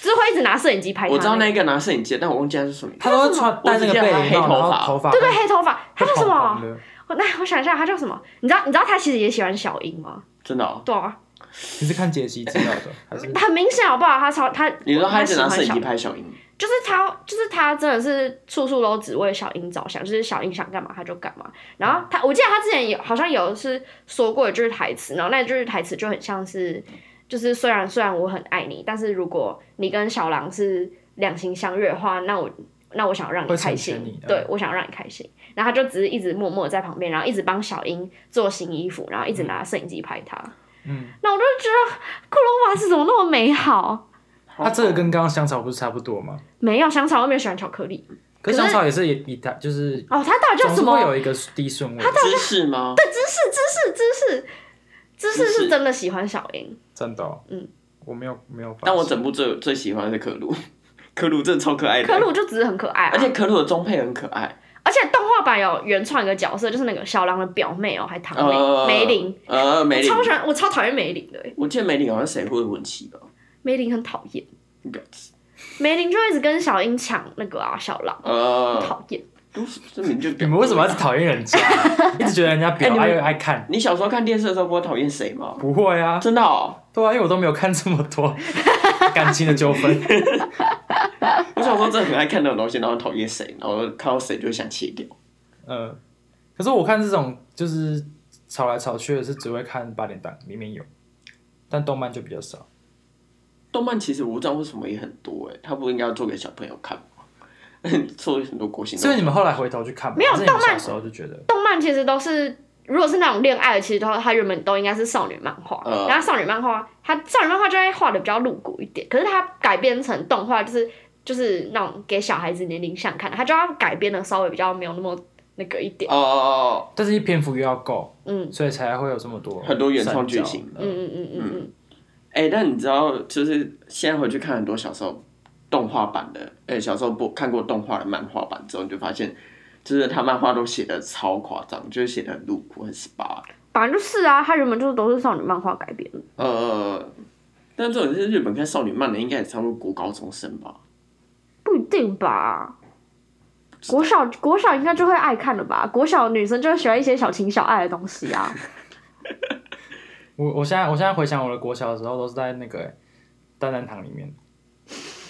Speaker 2: 就是会一直拿摄影机拍她、
Speaker 3: 我知道
Speaker 2: 那
Speaker 3: 那
Speaker 2: 个
Speaker 3: 个拿摄影机，但我忘记他是什么名字。
Speaker 1: 他都会穿戴那个背
Speaker 3: 我只记
Speaker 1: 影
Speaker 3: 得他
Speaker 1: 帽，
Speaker 3: 黑头发
Speaker 1: 然后头发
Speaker 2: 对对，黑头发，她叫什
Speaker 1: 黄黄
Speaker 2: 么？
Speaker 1: 的？
Speaker 2: 我那我想一下，她叫什么？你知道你知道她其实也喜欢小樱吗？
Speaker 3: 真的、哦，
Speaker 2: 对啊，
Speaker 1: 你是看解析知道的，还是
Speaker 2: 很明显好不好？她超她，
Speaker 3: 你说他一直拿
Speaker 2: 她
Speaker 3: 摄
Speaker 2: 喜
Speaker 3: 影
Speaker 2: 欢
Speaker 3: 机
Speaker 2: 小，
Speaker 3: 拍小樱，
Speaker 2: 就是她就是她真的是处处都只为小樱着想，就是小樱想干嘛她就干嘛。然后她，我记得她之前有好像有是说过一句台词，然后那句台词就很像是，就是虽然虽然我很爱你，但是如果你跟小狼是两情相悦的话，那我那我想让你
Speaker 1: 会
Speaker 2: 开
Speaker 1: 成
Speaker 2: 心
Speaker 1: 全你，的嗯
Speaker 2: 对我想让你开心。然后他就只是一直默默地在旁边，然后一直帮小英做新衣服，然后一直拿摄影机拍她。
Speaker 1: 嗯，
Speaker 2: 那我就觉得库洛瓦斯怎么那么美好？
Speaker 1: 他这个跟刚刚香草不是差不多吗？
Speaker 2: 没有香草，我没有喜欢巧克力。
Speaker 1: 可
Speaker 2: 可是
Speaker 1: 是香草也是以以他就是
Speaker 2: 哦，他到底叫
Speaker 1: 总
Speaker 2: 什
Speaker 1: 是
Speaker 2: 么
Speaker 1: 会？有一个低顺位，
Speaker 3: 知识吗？对，
Speaker 2: 是知识，知识
Speaker 3: 知
Speaker 2: 是
Speaker 3: 识
Speaker 2: 真的喜欢小英。
Speaker 1: 真的。哦
Speaker 2: 嗯，
Speaker 1: 我没有没有发现。
Speaker 3: 但我整部最最喜欢的是可鲁， 可鲁真的超可爱的，
Speaker 2: 可鲁就只是很可爱、啊，
Speaker 3: 而且可鲁的中配很可爱，
Speaker 2: 而且动画版有原创一个角色，就是那个小狼的表妹哦，还堂妹、
Speaker 3: 呃，
Speaker 2: 梅林。，
Speaker 3: 呃，梅林
Speaker 2: 我，超喜欢，我超讨厌梅林的欸，
Speaker 3: 我记得梅林好像谁会文琪吧？
Speaker 2: 梅林很讨厌，
Speaker 3: 婊子
Speaker 2: 梅林就一直跟小英抢那个啊小狼，很
Speaker 3: 呃，
Speaker 2: 讨厌。
Speaker 3: 都是这名就
Speaker 1: 你们为什么要一直讨厌人家？啊 一直觉得人家表
Speaker 3: 哎你
Speaker 1: 爱
Speaker 3: 们
Speaker 1: 又爱看？
Speaker 3: 你小时候看电视的时候不会讨厌谁吗？
Speaker 1: 不会啊，
Speaker 3: 真的哦，
Speaker 1: 对啊，因为我都没有看这么 多感情的纠纷。
Speaker 3: 我小时候真的很爱看那种东西，然后讨厌谁，然后看到谁就想切掉。
Speaker 1: 嗯，可是我看这种就是吵来吵去的，是只会看八点档，里面有，但动漫就比较少。
Speaker 3: 动漫其实我不知道为什么也很多哎、欸，它不应该要做给小朋友看吗？ 做很多国行
Speaker 1: 所以你们后来回头去看吗，
Speaker 2: 嗯没有
Speaker 1: 还是你们
Speaker 2: 动漫
Speaker 1: 小时候就觉得
Speaker 2: 动漫其实都是，如果是那种恋爱的，其实都它原本都应该是少女漫画，
Speaker 3: 嗯
Speaker 2: 然后少女漫画它少女漫画就会画的比较露骨一点，可是它改编成动画就是就是那种给小孩子年龄想看的，它就要改编的稍微比较没有那么那个一点，
Speaker 3: 哦哦
Speaker 1: 但是篇幅又要够，
Speaker 2: 嗯
Speaker 1: 所以才会有这么多
Speaker 3: 很多原创剧情
Speaker 1: 散角
Speaker 2: 嗯嗯嗯嗯嗯，
Speaker 3: 哦，哎、但你知道，就是现在回去看很多小时候动画版的，哎、小时候不看过动画的漫画版之后，你就发现，就是他漫画都写的超夸张，就是写的很露骨，很 SPA。
Speaker 2: 反正就是啊，它原本就是都是少女漫画改编的，
Speaker 3: 呃，但这种是日本看少女漫的，应该也差不多国高中生吧？
Speaker 2: 不一定吧。国小国小应该就会爱看了吧？国小女生就会喜欢一些小情小爱的东西啊。
Speaker 1: 我我现在我现在回想我的国小的时候，都是在那个欸蛋蛋堂里面。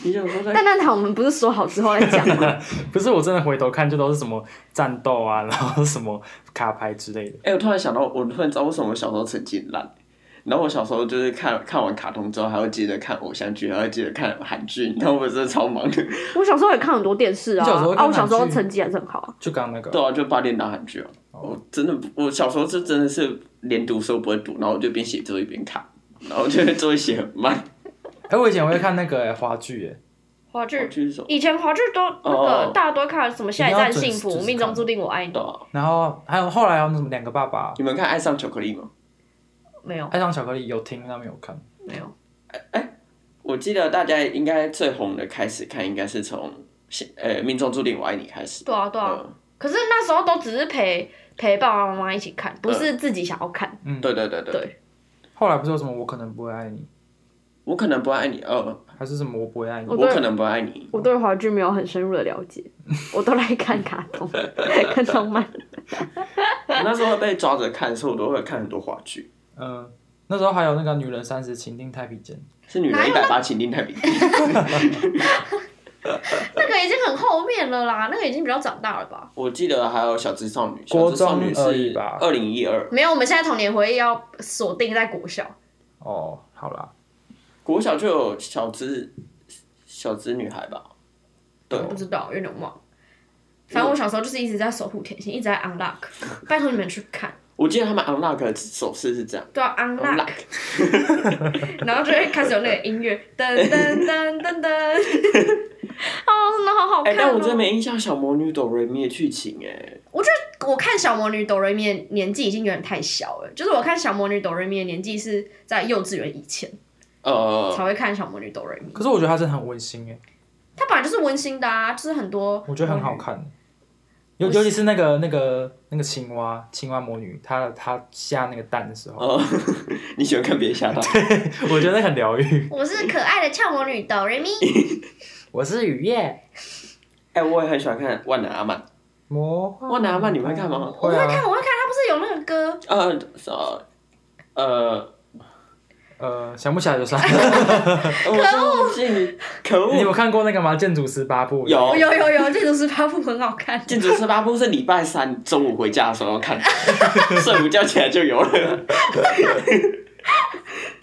Speaker 3: 你想说 在
Speaker 2: 但那堂我们不是说好之后再讲吗？
Speaker 1: 不是我真的回头看，就都是什么战斗啊， 然后什么卡牌之类的。
Speaker 3: 哎、我突然想到，我突然知道为什么我小时候成绩很烂。然后我小时候就是看看完卡通之后，还会接着看偶像剧，还会接着看韩剧。然后我真的超忙的，
Speaker 2: 我小时候也看很多电视啊，
Speaker 1: 你小时候看
Speaker 2: 啊，我小时候
Speaker 1: 韩剧
Speaker 2: 成绩还是很好啊。
Speaker 1: 就刚刚那个
Speaker 3: 对啊，就八点档韩剧啊。我真的不，我小时候是真的是连读书都不会读，然后我就边写作业边看，然后就会作业写很慢。
Speaker 1: 哎、我以前会看那个、欸、华剧、欸，
Speaker 2: 华剧
Speaker 3: 就是说，
Speaker 2: 以前华剧都那
Speaker 3: 哦
Speaker 2: 大家都看什么《
Speaker 1: 一定要准时
Speaker 2: 定我爱你
Speaker 3: 对啊，
Speaker 1: 然后还有后来还有那什么两个爸爸，
Speaker 3: 你们看《爱上巧克力》吗？
Speaker 2: 没有
Speaker 1: 爱上巧克力有听但没有看，
Speaker 2: 没有，
Speaker 3: 我记得大家应该最红的开始看，应该是从呃《命中注定我爱你》开始。
Speaker 2: 对啊对啊。
Speaker 3: 嗯
Speaker 2: 可是那时候都只是陪陪爸爸妈妈一起看，不是自己想要看。
Speaker 1: 嗯，
Speaker 3: 对对对对，
Speaker 2: 对
Speaker 1: 后来不是有什么我可能不会爱你，
Speaker 3: 我可能不爱你，呃，
Speaker 2: 哦
Speaker 1: 还是什么我不会爱你
Speaker 2: 我，
Speaker 3: 我可能不爱你。
Speaker 2: 我对华剧没有很深入的 了解，我都来看卡通、 看动漫。
Speaker 3: 我那时候被抓着看，所以我都会看很多话剧，
Speaker 1: 嗯、那时候还有那个女人三十，情定太平间，
Speaker 3: 是女人一百八情定太 平间。
Speaker 2: 那个已经很后面了啦，那个已经比较长大了吧？
Speaker 3: 我记得还有小资少女，小
Speaker 1: 国
Speaker 3: 资少女
Speaker 1: 中而已
Speaker 3: 是
Speaker 1: 吧
Speaker 3: 二零一二，
Speaker 2: 没有，我们现在童年回忆要锁定在国小。
Speaker 1: 哦，好啦，
Speaker 3: 国小就有小资小资女孩吧？对，
Speaker 2: 不知道，有点忘。反正我小时候就是一直在守护甜心，一直在 unlock。拜托你们去看，
Speaker 3: 我记得他们 unlock 的手势是这样
Speaker 2: 都要 unlock，然后就会开始有那个音 乐，噔噔噔噔噔。 哦，真的好好
Speaker 3: 哎、
Speaker 2: 看
Speaker 3: 但
Speaker 2: 哦！
Speaker 3: 我真的没印象小魔女哆瑞咪的剧情哎、
Speaker 2: 我觉得我看小魔女哆瑞咪的年纪已经有点太小了，就是我看小魔女哆瑞咪的年纪是在幼稚园以前
Speaker 3: 呃，
Speaker 2: 才会看小魔女哆瑞咪，
Speaker 1: 可是我觉得它真的很温馨哎，
Speaker 2: 它本来就是温馨的啊，就是很多
Speaker 1: 我觉得很好看，尤
Speaker 2: 我
Speaker 1: 尤其是那个那个那个青蛙青蛙魔女，她她下那个蛋的时 候，
Speaker 3: 呃， 你喜欢看别人吓到？
Speaker 1: 我觉得那很疗愈。
Speaker 2: 我是可爱的俏魔女 哆瑞咪，
Speaker 1: 我是雨夜
Speaker 3: 哎，我也很喜欢看《万能阿曼》。
Speaker 1: 魔幻
Speaker 3: 万能阿曼你会看吗
Speaker 2: 我
Speaker 1: 会
Speaker 2: 会
Speaker 1: 啊，
Speaker 2: 看，我会看，它不是有那个歌，
Speaker 3: 呃，是呃，呃，
Speaker 1: 呃，想不起来就算 了。
Speaker 3: 我忘记你，可
Speaker 1: 你有
Speaker 3: 恶！
Speaker 1: 看过那个吗？建筑师八部
Speaker 3: 有
Speaker 2: 有有有，这就是发布很好看，
Speaker 3: 禁止十八部是礼拜三中午回家的时候看，睡午觉起来就有了。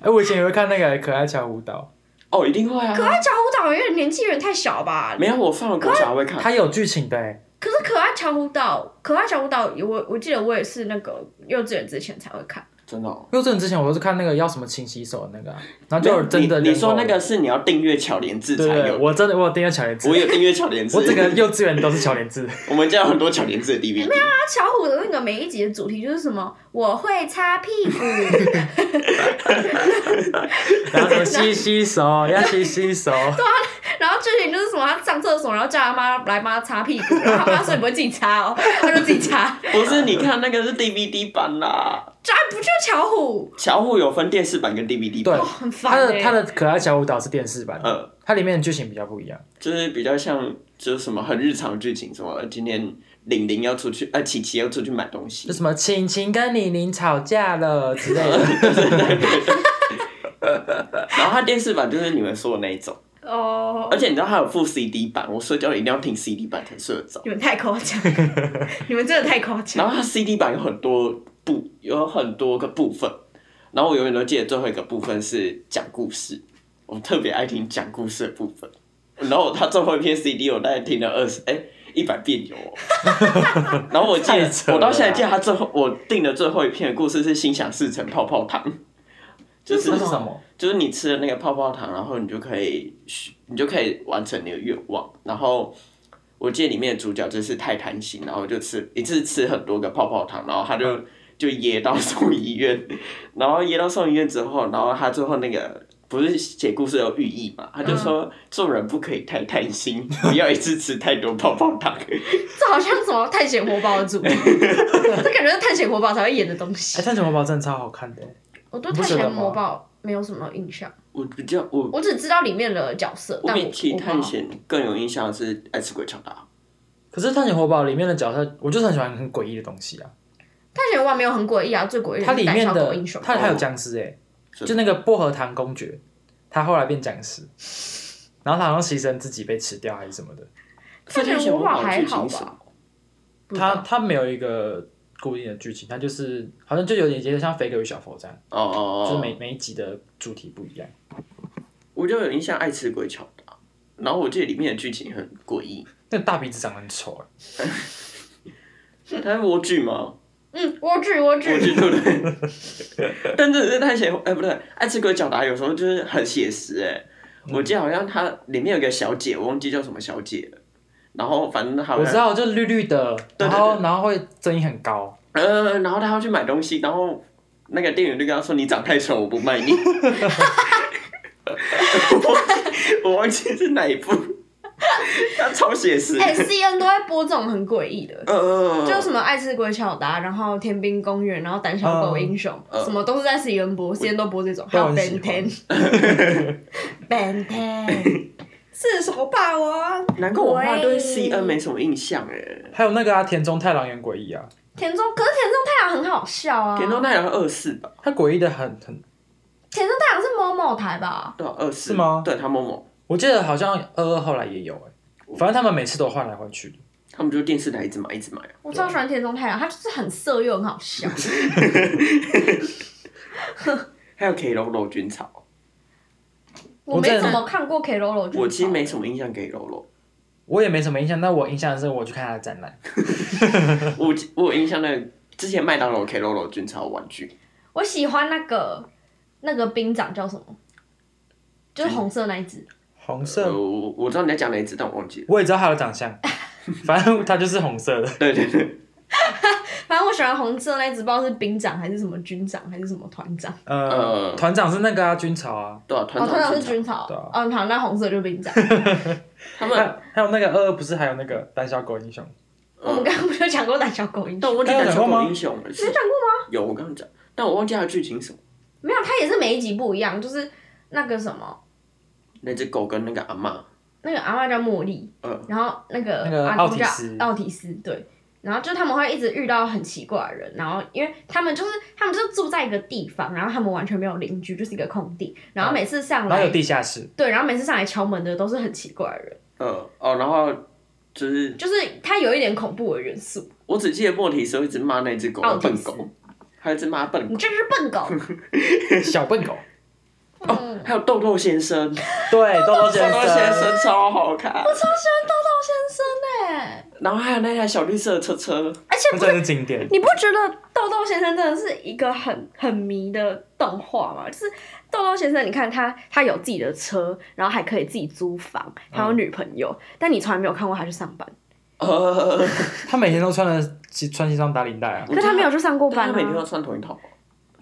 Speaker 1: 哎，我以前也会看那个可爱巧舞蹈，
Speaker 3: 哦，一定会啊
Speaker 2: 可！爱巧虎岛有点年纪有点太小吧？
Speaker 3: 没有，我放了国小还会看。
Speaker 1: 它有剧情的哎，
Speaker 2: 可是可爱巧虎岛，可爱巧虎岛，我我记得我也是那个幼稚园之前才会看，
Speaker 3: 真的哦。
Speaker 1: 因为之前我都是看那个要什么勤洗手的那个啊，然后就有真的
Speaker 3: 你
Speaker 1: 人
Speaker 3: 你说
Speaker 1: 偶
Speaker 3: 那个是你要订阅巧莲智
Speaker 1: 对
Speaker 3: 才
Speaker 1: 对，对
Speaker 3: 有，
Speaker 1: 我真的我有订阅巧莲智，
Speaker 3: 我有订阅巧莲智。
Speaker 1: 我整个幼稚园都是巧莲智，
Speaker 3: 我们家有很多巧莲智的 DVD。
Speaker 2: 那巧虎的那个每一集的主题就是什么？我会擦屁 股，
Speaker 1: 然后什么 洗洗手，要洗洗手，
Speaker 2: 然后剧情就是什么？他上厕所，然后叫他妈来帮他擦屁股，然后他妈说你不会自己擦哦，他就自己 擦，
Speaker 3: 不是，你看那个是 DVD 版啦，
Speaker 2: 这还不就巧虎？
Speaker 3: 巧虎有分电视版跟 DVD
Speaker 1: 对
Speaker 3: 版
Speaker 2: 哦，，很
Speaker 1: 他
Speaker 2: 烦、
Speaker 1: 的
Speaker 2: 欸。
Speaker 1: 他的可爱小舞蹈是电视版的，
Speaker 3: 呃，
Speaker 1: 它里面的剧情比较不一样。
Speaker 3: 就是比较像就是什么很日常的剧情，什么今天玲玲要出去，呃，琪琪要出去买东西
Speaker 1: 就，什么晴晴跟玲玲吵架了之类的，
Speaker 3: 嗯 然后它电视版就是你们说的那一种，
Speaker 2: 哦
Speaker 3: 而，且你知道它有附 CD 版，我睡觉一定要听 CD 版才睡得着，
Speaker 2: 你们太夸 张，你们真的太夸张。
Speaker 3: 然后它 CD 版有很多部，有很多个部分，然后我永远都记得最后一个部分是讲故事，我特别爱听讲故事的部分，然后它最后一篇 CD 我大概听了二十哎。一百遍有、哦，然后我记
Speaker 1: 太扯
Speaker 3: 得，
Speaker 1: 了
Speaker 3: 我到现在记得他最后我订的最后一篇的故事是心想事成泡泡糖，就是
Speaker 1: 这是什么？
Speaker 3: 就是你吃了那个泡泡糖，然后你就可以许，你就可以完成你的愿望。然后我记得里面的主角就是太贪心，然后就吃一次吃很多个泡泡糖，然后他就 就噎到送医院，然后噎到送医院之后，然后他最后那个。不是写故事有寓意嘛？他就说做人不可以太贪心，不要一次吃太多泡泡糖。
Speaker 2: 这好像什么探险活宝的 主题，这感觉是探险活宝才会演的东
Speaker 1: 哎、
Speaker 2: 西。
Speaker 1: 探险活宝真的超好看的，欸
Speaker 2: 我对
Speaker 1: 你
Speaker 2: 探
Speaker 1: 不觉得
Speaker 2: 险
Speaker 1: 吗
Speaker 2: 活宝没有什么印象，
Speaker 3: 我比较我
Speaker 2: 我只知道里面的角色，
Speaker 3: 我
Speaker 2: 但我
Speaker 3: 比起
Speaker 2: 我不知道
Speaker 3: 探险更有印象的是《爱吃鬼乔达
Speaker 1: 可是探险活宝里面的角色，我就是很喜欢很诡异的东西啊。
Speaker 2: 探险活宝没有很诡异啊，最诡异的
Speaker 1: 它
Speaker 2: 是
Speaker 1: 里
Speaker 2: 胆
Speaker 1: 面
Speaker 2: 小狗
Speaker 1: 的
Speaker 2: 英雄。
Speaker 1: 它还有僵尸哎、
Speaker 3: 是
Speaker 1: 就那个薄荷糖公爵，他后来变僵尸，然后他好像牺牲自己被吃掉还是什么的。》。
Speaker 2: 探险活宝还好吧？不知
Speaker 1: 他
Speaker 2: 道
Speaker 1: 他没有一个固定的剧情，他就是好像就有点接近像《飞哥与小佛》这样，
Speaker 3: 哦哦哦，
Speaker 1: 就是每每一集的主题不一样。
Speaker 3: 我就有印象《爱吃鬼巧达》，然后我记得里面的剧情很诡异，
Speaker 1: 那个大鼻子长得很丑哎、
Speaker 3: 它是蜗苣吗？
Speaker 2: 嗯，我知我
Speaker 3: 蜗
Speaker 2: 知，
Speaker 3: 苣对 不对？但真的是太邪，哎、不对，《爱吃鬼巧达》有时候就是很写实哎、
Speaker 1: 嗯
Speaker 3: 我记得好像它里面有一个小姐，我忘记叫什么小姐了。然后反正好
Speaker 1: 我知
Speaker 3: 像，
Speaker 1: 道，就绿绿的，
Speaker 3: 对对
Speaker 1: 然后然后会声音很高。
Speaker 3: 呃，然后她要去买东西，然后那个店员就跟她说：“你长太丑，我不卖你。” 我我忘记是哪一部，它超写实。
Speaker 2: 哎，C N 都会播这种很诡异的。
Speaker 3: 嗯嗯嗯，
Speaker 2: 就是什么爱吃鬼巧达，然后天兵公园，然后胆小狗英雄，
Speaker 3: 嗯嗯
Speaker 2: 什么都是在 C N 播，C N 都播这种，还
Speaker 1: 我
Speaker 2: 有
Speaker 1: 很
Speaker 2: Ben
Speaker 1: 喜
Speaker 2: Ten，Ben Ten，四手霸王，
Speaker 3: 难怪我爸对
Speaker 2: 喂
Speaker 3: C N 没什么印象哎。
Speaker 1: 还有那个啊，田中太郎演诡异啊，
Speaker 2: 田中，可是田中太阳很好笑啊。
Speaker 3: 田中太阳二四吧，
Speaker 1: 他诡异的很很，
Speaker 2: 田中太阳是某某台吧？
Speaker 3: 对啊，二四
Speaker 1: 是吗
Speaker 3: 对他某某，
Speaker 1: 我记得好像二二后来也有哎、反正他们每次都换来换去的。
Speaker 3: 他们就电视台一直买一直买啊。
Speaker 2: 我超喜欢田中太阳，他就是很色又很好笑。
Speaker 3: 还有 K 罗罗军草，
Speaker 2: 我
Speaker 1: 我真
Speaker 2: 没
Speaker 1: 的
Speaker 2: 怎么看过 K l o l o
Speaker 3: 我其实没什么印象 K 罗罗，
Speaker 1: 我也没什么印象，但我印象是我去看他的展览，
Speaker 3: 我我有印象那个之前麦当劳 K 罗罗军草玩具，
Speaker 2: 我喜欢那个那个兵长叫什么？就是红色那一只，
Speaker 1: 红
Speaker 3: 呃
Speaker 1: 色，
Speaker 3: 我我知道你在讲哪一只，但我忘记了。
Speaker 1: 我也知道他的长相，反正他就是红色的。
Speaker 3: 对对对，
Speaker 2: 我喜欢红色那只，不知道是兵长还是什么军长还是什么团长。
Speaker 1: 呃，
Speaker 3: 呃
Speaker 1: 团长是那个啊，军曹啊，
Speaker 3: 对啊，
Speaker 2: 哦，
Speaker 3: 团
Speaker 2: 团长
Speaker 3: 长嗯
Speaker 2: 是军草
Speaker 1: 对啊。
Speaker 2: 哦，好，那红色就是兵长。
Speaker 3: 他
Speaker 1: 还
Speaker 3: 们，
Speaker 1: 有还有那个二二不是还有那个胆小狗英雄，
Speaker 2: 我们刚刚不就讲过胆小狗英
Speaker 3: 呃
Speaker 2: 雄？
Speaker 3: 但我忘记
Speaker 1: 他有
Speaker 3: 胆小
Speaker 1: 讲过
Speaker 3: 狗
Speaker 1: 吗
Speaker 3: 英雄了，
Speaker 2: 只
Speaker 3: 是
Speaker 2: 讲过吗？
Speaker 3: 有我刚刚讲，但我忘记它的剧情是什么。
Speaker 2: 没有，它也是每一集不一样，就是那个什么，
Speaker 3: 那只狗跟那个阿嬷，
Speaker 2: 那个阿妈叫茉莉，
Speaker 3: 嗯
Speaker 2: 然后那个
Speaker 1: 那个
Speaker 2: 阿
Speaker 1: 奥
Speaker 2: 公
Speaker 1: 提
Speaker 2: 叫
Speaker 1: 斯
Speaker 2: 奥提斯，对。然后就他们会一直遇到很奇怪的人，然后因为他们就是他们就是住在一个地方，然后他们完全没有邻居，就是一个空地。然后每次上
Speaker 1: 然后
Speaker 2: 来，
Speaker 1: 有地下室，
Speaker 2: 对，然后每次上来敲门的都是很奇怪的人，
Speaker 3: 呃哦，然后就是
Speaker 2: 就是它有一点恐怖的元素。
Speaker 3: 我只记得莫提斯会一直骂那只狗
Speaker 2: 奥提
Speaker 3: 笨
Speaker 2: 斯
Speaker 3: 狗，还有一只骂笨
Speaker 2: 你
Speaker 3: 狗，
Speaker 2: 这是 笨狗。
Speaker 1: 小笨狗，
Speaker 2: 嗯，
Speaker 3: 还有豆豆先生，豆
Speaker 1: 对，豆豆先
Speaker 3: 豆先
Speaker 1: 生，
Speaker 3: 生超好看，
Speaker 2: 超喜欢豆豆先生哎、
Speaker 3: 然后还有那台小绿色的车车，
Speaker 2: 而且
Speaker 1: 那
Speaker 2: 不
Speaker 1: 真的是经典。
Speaker 2: 你不觉得豆豆先生真的是一个很很迷的动画吗？就是豆豆先生，你看他他有自己的车，然后还可以自己租房，还有女朋友，但你从来没有看过他去上班，
Speaker 3: 呃，
Speaker 1: 他每天都穿的西穿西装打领带啊，
Speaker 2: 可是他没有去上过
Speaker 3: 但
Speaker 2: 班
Speaker 3: 他每天都
Speaker 2: 啊。
Speaker 3: 穿同一套，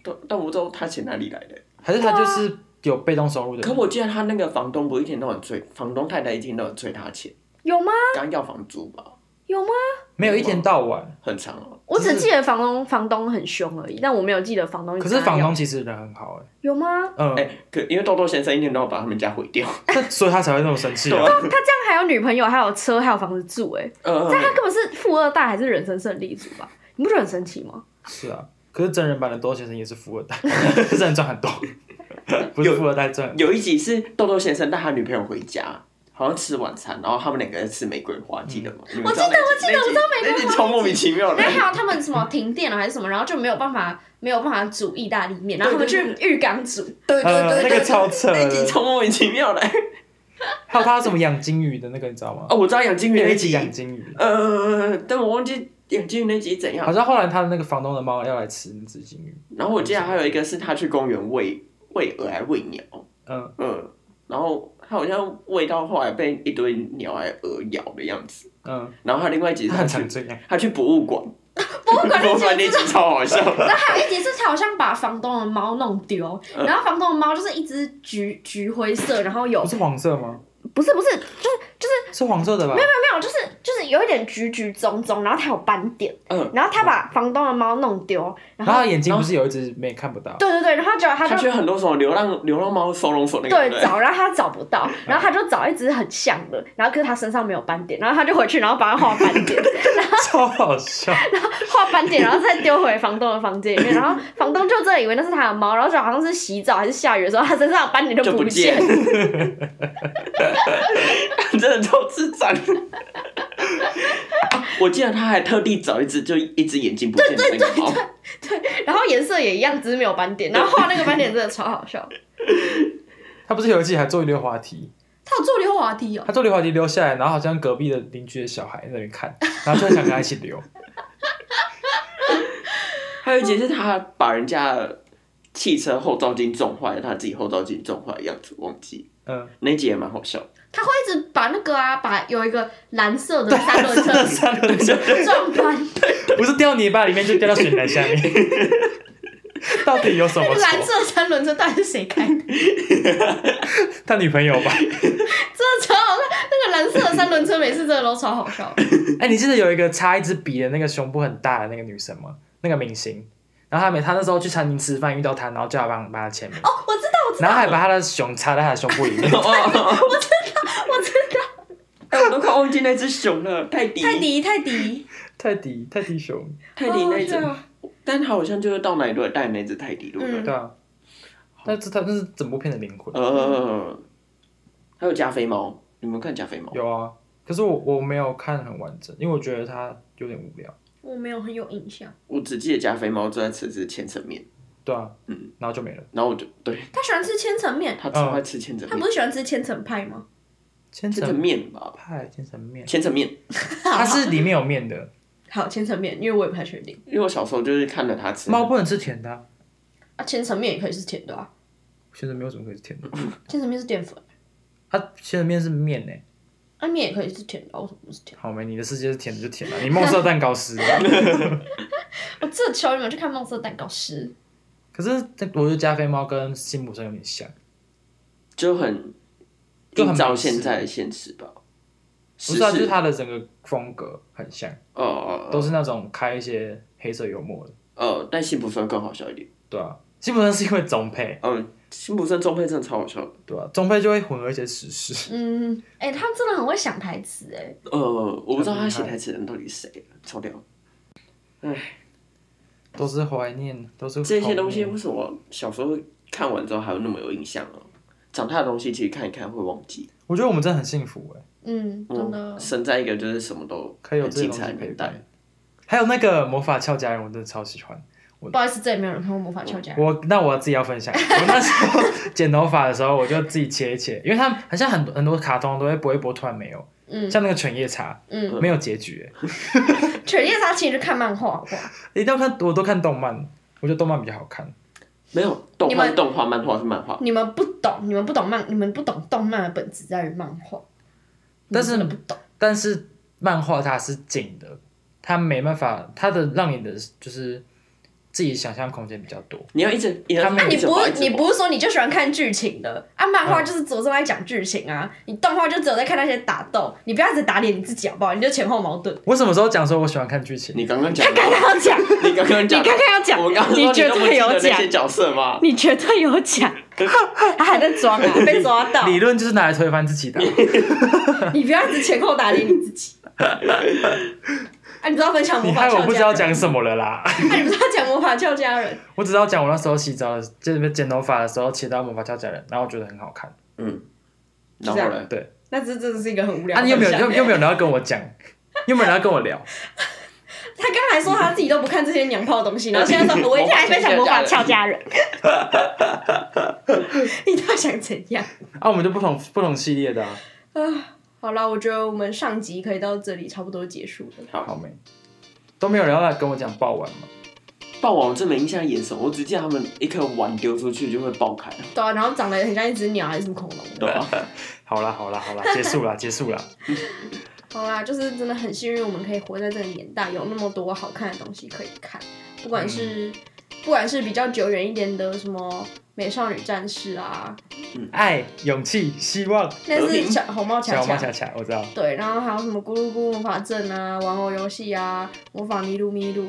Speaker 3: 但但我不知道他钱哪里来的。
Speaker 1: 还是他就是有被动收入的
Speaker 3: 可
Speaker 1: 人？
Speaker 3: 我记得他那个房东不是一天到晚催，房东太太一天到晚催他钱，
Speaker 2: 有吗？
Speaker 3: 刚要房租吧，
Speaker 2: 有吗？
Speaker 1: 没有一天到晚。
Speaker 3: 很长哦。
Speaker 2: 我只记得房东房东很凶而已，但我没有记得房东。
Speaker 1: 可是房东其实人很好哎、
Speaker 2: 有吗？
Speaker 1: 嗯，
Speaker 3: 哎、可因为豆豆先生一天到晚把他们家毁掉，
Speaker 1: 但 所以他才会那么生气、
Speaker 3: 对
Speaker 1: 啊
Speaker 3: 啊。
Speaker 2: 他这样还有女朋友，还有车，还有房子住、哎，
Speaker 3: 呃，
Speaker 2: 但他根本是富二代还是人生胜利组吧？你不觉得很神奇吗？
Speaker 1: 是啊，可是真人版的多先生也是富二代， 真人赚很多，不是富二代赚。
Speaker 3: 有一集是豆豆先生带他女朋友回家，好像吃晚餐，然后他们两个人吃玫瑰花，记得吗？我记得，我
Speaker 2: 我记得嗯我记得我知道玫瑰花
Speaker 3: 那集超莫名其妙的
Speaker 2: 然。后还有他们什么停电了还是什么，然后就没有办法没有办法煮意大利面，然后他们去浴缸煮，
Speaker 3: 对对
Speaker 1: 呃，
Speaker 3: 对，
Speaker 1: 那
Speaker 3: 对
Speaker 1: 个超扯
Speaker 3: 那集
Speaker 1: 的，
Speaker 3: 超莫名其妙的。
Speaker 1: 还有他怎么养金鱼的那个，你知道吗？
Speaker 3: 哦，我知道养金鱼
Speaker 1: 有
Speaker 3: 那
Speaker 1: 一
Speaker 3: 集
Speaker 1: 集，养金鱼，
Speaker 3: 呃，但我忘记养金鱼那集怎样
Speaker 1: 好。像后来他的那个房东的猫要来吃那只金鱼，
Speaker 3: 然后我记得还有一个是他去公园喂喂鹅还喂鸟，
Speaker 1: 嗯，
Speaker 3: 嗯，然后他好像喂到后来被一堆鸟还鹅咬的样子。
Speaker 1: 嗯，
Speaker 3: 然后他另外一集是
Speaker 1: 他
Speaker 3: 他
Speaker 1: 很
Speaker 3: 去
Speaker 1: 常这样。
Speaker 3: 他去博物馆，
Speaker 2: 博物馆
Speaker 3: 博物馆
Speaker 2: 那
Speaker 3: 那
Speaker 2: 集。
Speaker 3: 集超好笑。
Speaker 2: 然后还有一集是他好像把房东的猫弄丢，
Speaker 3: 嗯
Speaker 2: 然后房东的猫就是一只橘橘灰色，然后有
Speaker 1: 不是黄色吗？
Speaker 2: 不是不是就是
Speaker 1: 是黄色的吧？
Speaker 2: 没有就是就是有一点橘橘棕棕，然后它有斑点，
Speaker 3: 嗯，
Speaker 2: 然后他把房东的猫弄丢，然
Speaker 1: 然后
Speaker 2: 后
Speaker 1: 他眼睛不是有一只没看不到，
Speaker 2: 对对对，然后结果他
Speaker 3: 他
Speaker 2: 就
Speaker 3: 去很多什么流浪流浪猫收容所那个，对不
Speaker 2: 对
Speaker 3: 对，
Speaker 2: 找，然后他找不到，然后他就找一只很像的，然后可是他身上没有斑点，然后他就回去，然后把它画斑点，
Speaker 1: 超好笑。
Speaker 2: 画斑点，然后再丢回房东的房间里面，然后房东就真的以为那是他的猫，然后就好像是洗澡还是下雨的时候，他身上的斑点
Speaker 3: 就
Speaker 2: 不
Speaker 3: 不见，真的超智障。 啊我记得他还特地找一只，就一只眼睛不见的那个猫，
Speaker 2: 然后颜色也一样，只是没有斑点，然后画那个斑点真的超好笑。
Speaker 1: 他不是有一集还坐溜滑梯，
Speaker 2: 他有坐溜滑梯哦，
Speaker 1: 他坐溜滑梯溜下来，然后好像隔壁的邻居的小孩在那边看，然后就很想跟他一起溜。
Speaker 3: 还有一集是他把人家的汽车后照镜撞坏了，他自己后照镜撞坏的样子，忘记
Speaker 1: 嗯，
Speaker 3: 那集也蛮 好笑。哦
Speaker 2: 他会一直把那个啊，把有一个蓝色的三轮 车
Speaker 1: 三轮车
Speaker 2: 撞 翻，
Speaker 1: 不是掉泥巴里面，就掉到水潭下面。 到底有什
Speaker 2: 那
Speaker 1: 么
Speaker 2: 个蓝
Speaker 1: 错？
Speaker 2: 色三轮车到底是谁开的？
Speaker 1: 他女朋友吧？
Speaker 2: 真的超好笑，那个蓝色的三轮车每次真的都超好 笑。哦
Speaker 1: 哎、你记得有一个插一支笔的那个胸部很大的那个女生吗？那个明星。然后他每他那时候去餐厅吃饭遇到她，然后叫她帮帮她签名，
Speaker 2: 哦，我知道，我知
Speaker 1: 然后还把她的熊插在她的胸部里面。
Speaker 3: 哦，
Speaker 2: 道，我知道，
Speaker 3: 哎，我都快忘记那只熊了，泰迪，
Speaker 2: 泰，迪，泰迪，
Speaker 1: 泰迪，泰迪熊，
Speaker 3: 泰迪那
Speaker 2: 哦好好笑
Speaker 3: 只，但他好像就是到哪里都会带那只泰迪，对不对？
Speaker 2: 嗯
Speaker 1: 对啊。但是他那是整部片的灵魂。
Speaker 3: 呃，还有加菲猫，你们看加菲猫？
Speaker 1: 有啊，可是我我没有看很完整，因为我觉得它有点无聊。
Speaker 2: 我没有很有印象。
Speaker 3: 我只记得加菲猫正在吃吃千层面，
Speaker 1: 对啊，
Speaker 3: 嗯，
Speaker 1: 然后就没了。
Speaker 3: 然后我就对
Speaker 2: 他喜欢吃千层面，
Speaker 3: 他超爱吃千层
Speaker 2: 他
Speaker 3: 面
Speaker 2: 不，是喜欢吃千层派吗？
Speaker 1: 千
Speaker 3: 千层
Speaker 1: 层
Speaker 3: 面吧，
Speaker 1: 派，千层 面，
Speaker 3: 千层面。
Speaker 1: 它是里面有面的。
Speaker 2: 好千层面，因为我也不太确定
Speaker 3: 因为我小时候 就是看了他吃
Speaker 1: 猫不能吃甜的啊、
Speaker 2: 啊。千层面也可以是甜的啊，
Speaker 1: 千层面为什么可以是甜
Speaker 3: 嗯
Speaker 1: 的？
Speaker 2: 千层面是淀粉，
Speaker 1: 它千层面是面欸呢、
Speaker 2: 啊面也可以是甜的啊，为什么不是甜的？
Speaker 1: 好没，你的世界是甜的就甜了、你梦色蛋糕师，
Speaker 2: 我只求你们去看《梦色蛋糕师
Speaker 1: 可是我觉得加菲猫跟辛普森有点像，
Speaker 3: 就很
Speaker 1: 就很
Speaker 3: 映照
Speaker 1: 美式
Speaker 3: 现在的现实吧。
Speaker 1: 不
Speaker 3: 时
Speaker 1: 是啊，就是
Speaker 3: 事
Speaker 1: 它的整个风格很像，
Speaker 3: 哦哦
Speaker 1: 都是那种开一些黑色幽默的，
Speaker 3: 哦，但辛普森更好笑一点。
Speaker 1: 对啊。辛普森是因为中配，
Speaker 3: 嗯，辛普森中配真的超好笑的。
Speaker 1: 对啊，中配就会混合一些时事。》。
Speaker 2: 嗯，哎、他们真的很会想台词哎、
Speaker 3: 呃，我不知道他写
Speaker 1: 很厉害
Speaker 3: 台词的人到底是谁，超屌。
Speaker 1: 都是怀念，都是
Speaker 3: 这些东西
Speaker 1: 童
Speaker 3: 为什么小时候看完之后还有那么有印象啊？长大的东西其实看一看会忘记。
Speaker 1: 年，我觉得我们真的很幸福哎、
Speaker 2: 嗯，真的
Speaker 3: 嗯，。生在一个就是什么都
Speaker 1: 可以有
Speaker 3: 很
Speaker 1: 这些
Speaker 3: 精
Speaker 1: 东西
Speaker 3: 彩的
Speaker 1: 陪
Speaker 3: 年代。
Speaker 1: 伴。还有那个魔法俏佳人，我真的超喜欢。
Speaker 2: 不好意思，这里没有人看过《魔法俏佳人》。
Speaker 1: 我那我自己要 分享，我那时候剪头发的时候，我就自己切一切，因为他们好像很多很多卡通都会播一播，突然没有，
Speaker 2: 嗯
Speaker 1: 像那个犬夜叉
Speaker 2: 嗯，
Speaker 1: 没有结局、欸，
Speaker 2: 犬夜叉其实就看漫画，好不好？
Speaker 1: 一定要看，我都看动漫，我觉得动漫比较好
Speaker 3: 嗯
Speaker 1: 看。
Speaker 3: 没有动
Speaker 2: 你
Speaker 3: 画
Speaker 2: 们
Speaker 3: 是动画，漫画是漫画。
Speaker 2: 你们不懂，你们不懂漫，你们不懂动漫的本质在于漫画。
Speaker 1: 但是
Speaker 2: 你们真的不懂，
Speaker 1: 但是漫画它是紧的，它没办法，它的让你的就是自己想象空间比较多。
Speaker 3: 你要一直，你要
Speaker 1: 他们
Speaker 2: 那啊你
Speaker 3: 一直
Speaker 2: 不
Speaker 3: 滑
Speaker 2: 是
Speaker 3: 一直
Speaker 2: 你
Speaker 3: 滑
Speaker 2: 不是说你就喜欢看剧情的啊？漫画就是着重在讲剧情啊，你动画就只有在看那些打斗，你不要一直打脸你自己好不好？你就前后矛盾。
Speaker 1: 我什么时候讲说我喜欢看剧情？
Speaker 3: 你刚刚讲
Speaker 2: 他，刚刚要讲，
Speaker 3: 你刚刚讲，
Speaker 2: 你刚刚要讲
Speaker 3: 我刚刚说
Speaker 2: 你绝
Speaker 3: 都不
Speaker 2: 对
Speaker 3: 记
Speaker 2: 有
Speaker 3: 得那
Speaker 2: 讲
Speaker 3: 些角色吗？
Speaker 2: 你绝对有讲，他还在装啊，被抓到。
Speaker 1: 理论就是拿来推翻自己的啊、
Speaker 2: 你不要一直前后打脸你自己。啊，你知道分享魔
Speaker 1: 你
Speaker 2: 法
Speaker 1: 害
Speaker 2: 俏
Speaker 1: 我不知
Speaker 2: 佳
Speaker 1: 道
Speaker 2: 人？
Speaker 1: 讲什么了啦。
Speaker 2: 啊，你不知道讲魔法俏佳人？
Speaker 1: 我只知道讲我那时候洗澡的，就是剪头发的时候切到魔法俏佳人，然后我觉得很好看。
Speaker 3: 嗯，
Speaker 2: 就
Speaker 3: 然
Speaker 2: 这样
Speaker 3: 后嘞，
Speaker 1: 对，
Speaker 2: 那这真的是一个很无聊
Speaker 1: 啊，
Speaker 2: 的
Speaker 1: 你
Speaker 2: 分
Speaker 1: 有没
Speaker 2: 享。
Speaker 1: 有又又没有人要跟我讲？又没有人要跟我聊？
Speaker 2: 他刚才说他自己都不看这些娘炮的东西，然后现在说我一 天还分享魔法俏佳人。 你到底想怎样？
Speaker 1: 啊，我们就不同不同系列的啊。
Speaker 2: 好了，我觉得我们上集可以到这里差不多结束了。
Speaker 1: 好
Speaker 3: 好，
Speaker 1: 没，都没有人要来跟我讲爆丸嘛？
Speaker 3: 霸 王我真没印象眼神，我只记得他们一颗丸丢出去就会爆开，
Speaker 2: 对啊，然后长得很像一只鸟还是什么恐龙的。
Speaker 3: 对吧？
Speaker 1: 好啦好啦好啦，结束啦结束啦。
Speaker 2: 好啦，就是真的很幸运，我们可以活在这个年代，有那么多好看的东西可以看，不管是、不管是比较久远一点的什么美少女战士啊，
Speaker 1: 爱、勇气、希望，
Speaker 2: 那
Speaker 3: 和
Speaker 2: 是
Speaker 3: 平
Speaker 2: 小红帽
Speaker 1: 小
Speaker 2: 恰
Speaker 1: 猫
Speaker 2: 恰。
Speaker 1: 恰恰，我知道。
Speaker 2: 对，然后还有什么咕噜咕魔法阵啊、玩偶游戏啊、魔法迷路迷路。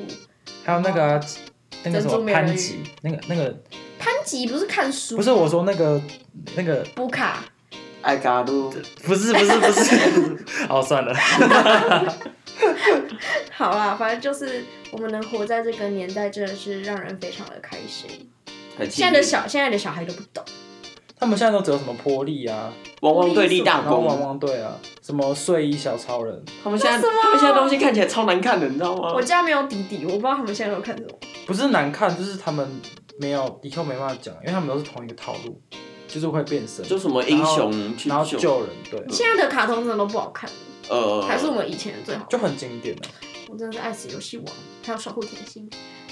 Speaker 1: 还有那个啊那个什
Speaker 2: 珍
Speaker 1: 么
Speaker 2: 珠美人鱼
Speaker 1: 潘吉，那个那个
Speaker 2: 潘吉不是看书？
Speaker 1: 不是我说那个那个
Speaker 2: 布卡，
Speaker 3: 爱嘎噜，
Speaker 1: 不是不是不是， 哦算了，
Speaker 2: 好啦，反正就是我们能活在这个年代，真的是让人非常的开心。
Speaker 3: 很气
Speaker 2: 现在的小现在的小孩都不懂，
Speaker 1: 他们现在都只有什么波力啊，
Speaker 3: 汪汪队立大
Speaker 1: 然后
Speaker 3: 功，
Speaker 1: 汪汪队啊，什么睡衣小超人，
Speaker 3: 他们现在他们现在东西看起来超难看的，你知道
Speaker 1: 哦
Speaker 3: 吗
Speaker 2: 我？家没有弟弟，我不知道他们现在都看什么。
Speaker 1: 不是难看，就是他们没有以后没办法讲，因为他们都是同一个套路，就是会变身，
Speaker 3: 就什么英雄去
Speaker 1: 然后
Speaker 3: 救，嗯
Speaker 1: 救人，对，
Speaker 2: 现在的卡通真的都不好看，
Speaker 1: 哦
Speaker 3: 呃，
Speaker 2: 还是我们以前的最好。
Speaker 1: 就很经 典的、
Speaker 2: 我真的是爱死游戏王，还有守护甜心，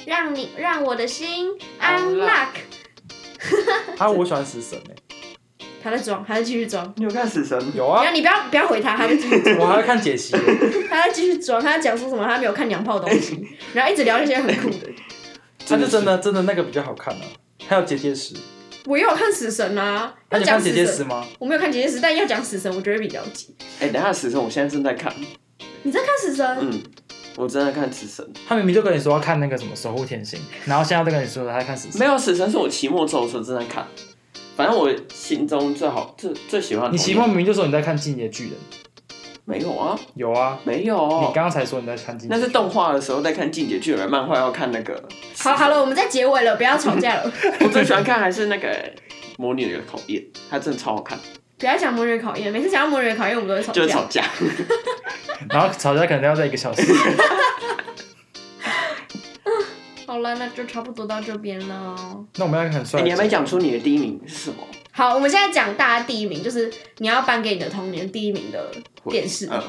Speaker 2: 让你让我的心 unlock。
Speaker 1: 啊，我喜欢死神诶、
Speaker 2: 他在装，他在继续装。
Speaker 3: 你有看死神？
Speaker 1: 有
Speaker 2: 不
Speaker 1: 啊
Speaker 2: 要，，你不要不要回他，他在继续，
Speaker 1: 我还会看解析欸耶、
Speaker 2: 他在继续装，他在讲说什么？他没有看娘炮的东西，然后一直聊那些很酷的。
Speaker 1: 他就真的真的那个比较好看啊，还有结界石，
Speaker 2: 我也有看死神啊，
Speaker 1: 那、
Speaker 2: 要
Speaker 1: 你看
Speaker 2: 讲
Speaker 1: 结
Speaker 2: 死
Speaker 1: 界石
Speaker 2: 神，
Speaker 1: 吗？
Speaker 2: 我没有看姐姐石，但要讲死神，我觉得比较急。
Speaker 3: 哎，等一下死神，我现在正在看，
Speaker 2: 你在看死神？
Speaker 3: 嗯，我正在看死神。
Speaker 1: 他明明就跟你说要看那个什么守护甜心，然后现在都跟你说他在看死神
Speaker 3: 没。有死神是我期末周的时候正在看，反正我心中最好最最喜欢的
Speaker 1: 你
Speaker 3: 童
Speaker 1: 期
Speaker 3: 年
Speaker 1: 末明明就说你在看《进阶巨人》，
Speaker 3: 没有啊？
Speaker 1: 有啊，
Speaker 3: 没有，
Speaker 1: 你刚刚才说你在看《进
Speaker 3: 哦那
Speaker 1: 阶
Speaker 3: 是动画的时候在看《进阶巨人》，漫画要看那个。
Speaker 2: 好好了，我们在结尾了，不要吵架了，
Speaker 3: 我最喜欢看还是那个《魔女的考验》，它真的超好看，
Speaker 2: 不要讲魔人考验，每次讲到魔人考验，我们都会吵
Speaker 3: 就是
Speaker 2: 架
Speaker 3: 吵。架。
Speaker 1: 然后吵架可能要在一个小时。
Speaker 2: 好了，那就差不多到这边了。
Speaker 1: 那我们要很帅、
Speaker 3: 哎你还没讲出你的第一名是什么？
Speaker 2: 好，我们现在讲大家第一名，就是你要颁给你的童年第一名的电视。
Speaker 3: 嗯，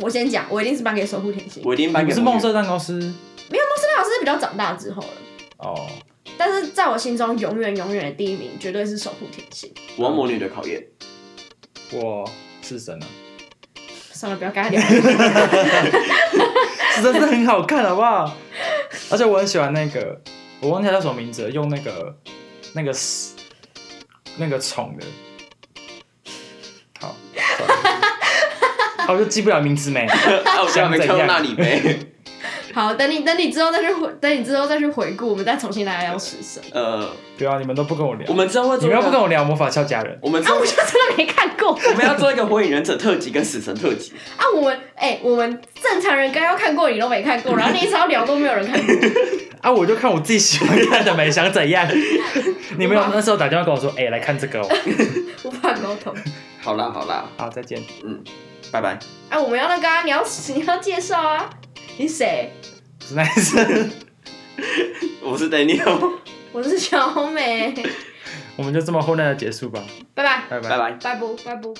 Speaker 2: 我先讲，我一定是颁给《守护甜心》。
Speaker 3: 我一定
Speaker 1: 你
Speaker 3: 颁
Speaker 1: 哎不
Speaker 3: 给
Speaker 1: 是
Speaker 3: 魔
Speaker 1: 梦
Speaker 3: 女
Speaker 1: 色蛋糕师
Speaker 2: 没有，梦森老师是比较长大之后了，
Speaker 1: 哦，
Speaker 2: 但是在我心中永远永远的第一名绝对是《守护甜心
Speaker 3: 我要魔女的考验，
Speaker 1: 我是神啊，》。
Speaker 2: 《算了，不要跟他聊。
Speaker 1: 是真的很好看，好不好？而且我很喜欢那个，我忘记他叫什么名字了，用那个那个那个宠的，好，算 了啊我就记不了名字没。
Speaker 3: 啊，我现在没看到那里呗。
Speaker 2: 好，等你等你之后再去回，等你之后再去回顾，我们再重新来聊食神。
Speaker 3: 呃，
Speaker 1: 不啊要，你们都不跟我聊，
Speaker 3: 我们之后会
Speaker 1: 你
Speaker 3: 做一
Speaker 1: 们
Speaker 3: 个
Speaker 1: 要不跟我聊魔法俏佳人，
Speaker 3: 我们之
Speaker 2: 啊，
Speaker 3: 后
Speaker 2: 我就真的没看过
Speaker 3: 我们要做一个火影忍者特辑跟死神特辑，
Speaker 2: 啊！我们哎、我们正常人该要看过，你都没看过，然后你一直要聊都没有人看过。
Speaker 1: 啊，我就看我自己喜欢看的没，想怎样？ 你们有
Speaker 2: 我把
Speaker 1: 那时候打电话跟我说，哎、来看这个哦。
Speaker 2: 无法沟通。
Speaker 3: 好啦好啦，
Speaker 1: 好，再见。
Speaker 3: 嗯，拜拜。
Speaker 2: 啊，我们要那个啊，你要你要介绍啊，你谁？
Speaker 1: 我是男生，
Speaker 3: 我是 Daniel，
Speaker 2: 我是小美，
Speaker 1: 我们就这么混乱的结束吧，
Speaker 2: 拜拜，
Speaker 1: 拜拜
Speaker 3: 拜。拜。
Speaker 2: 拜不，拜不。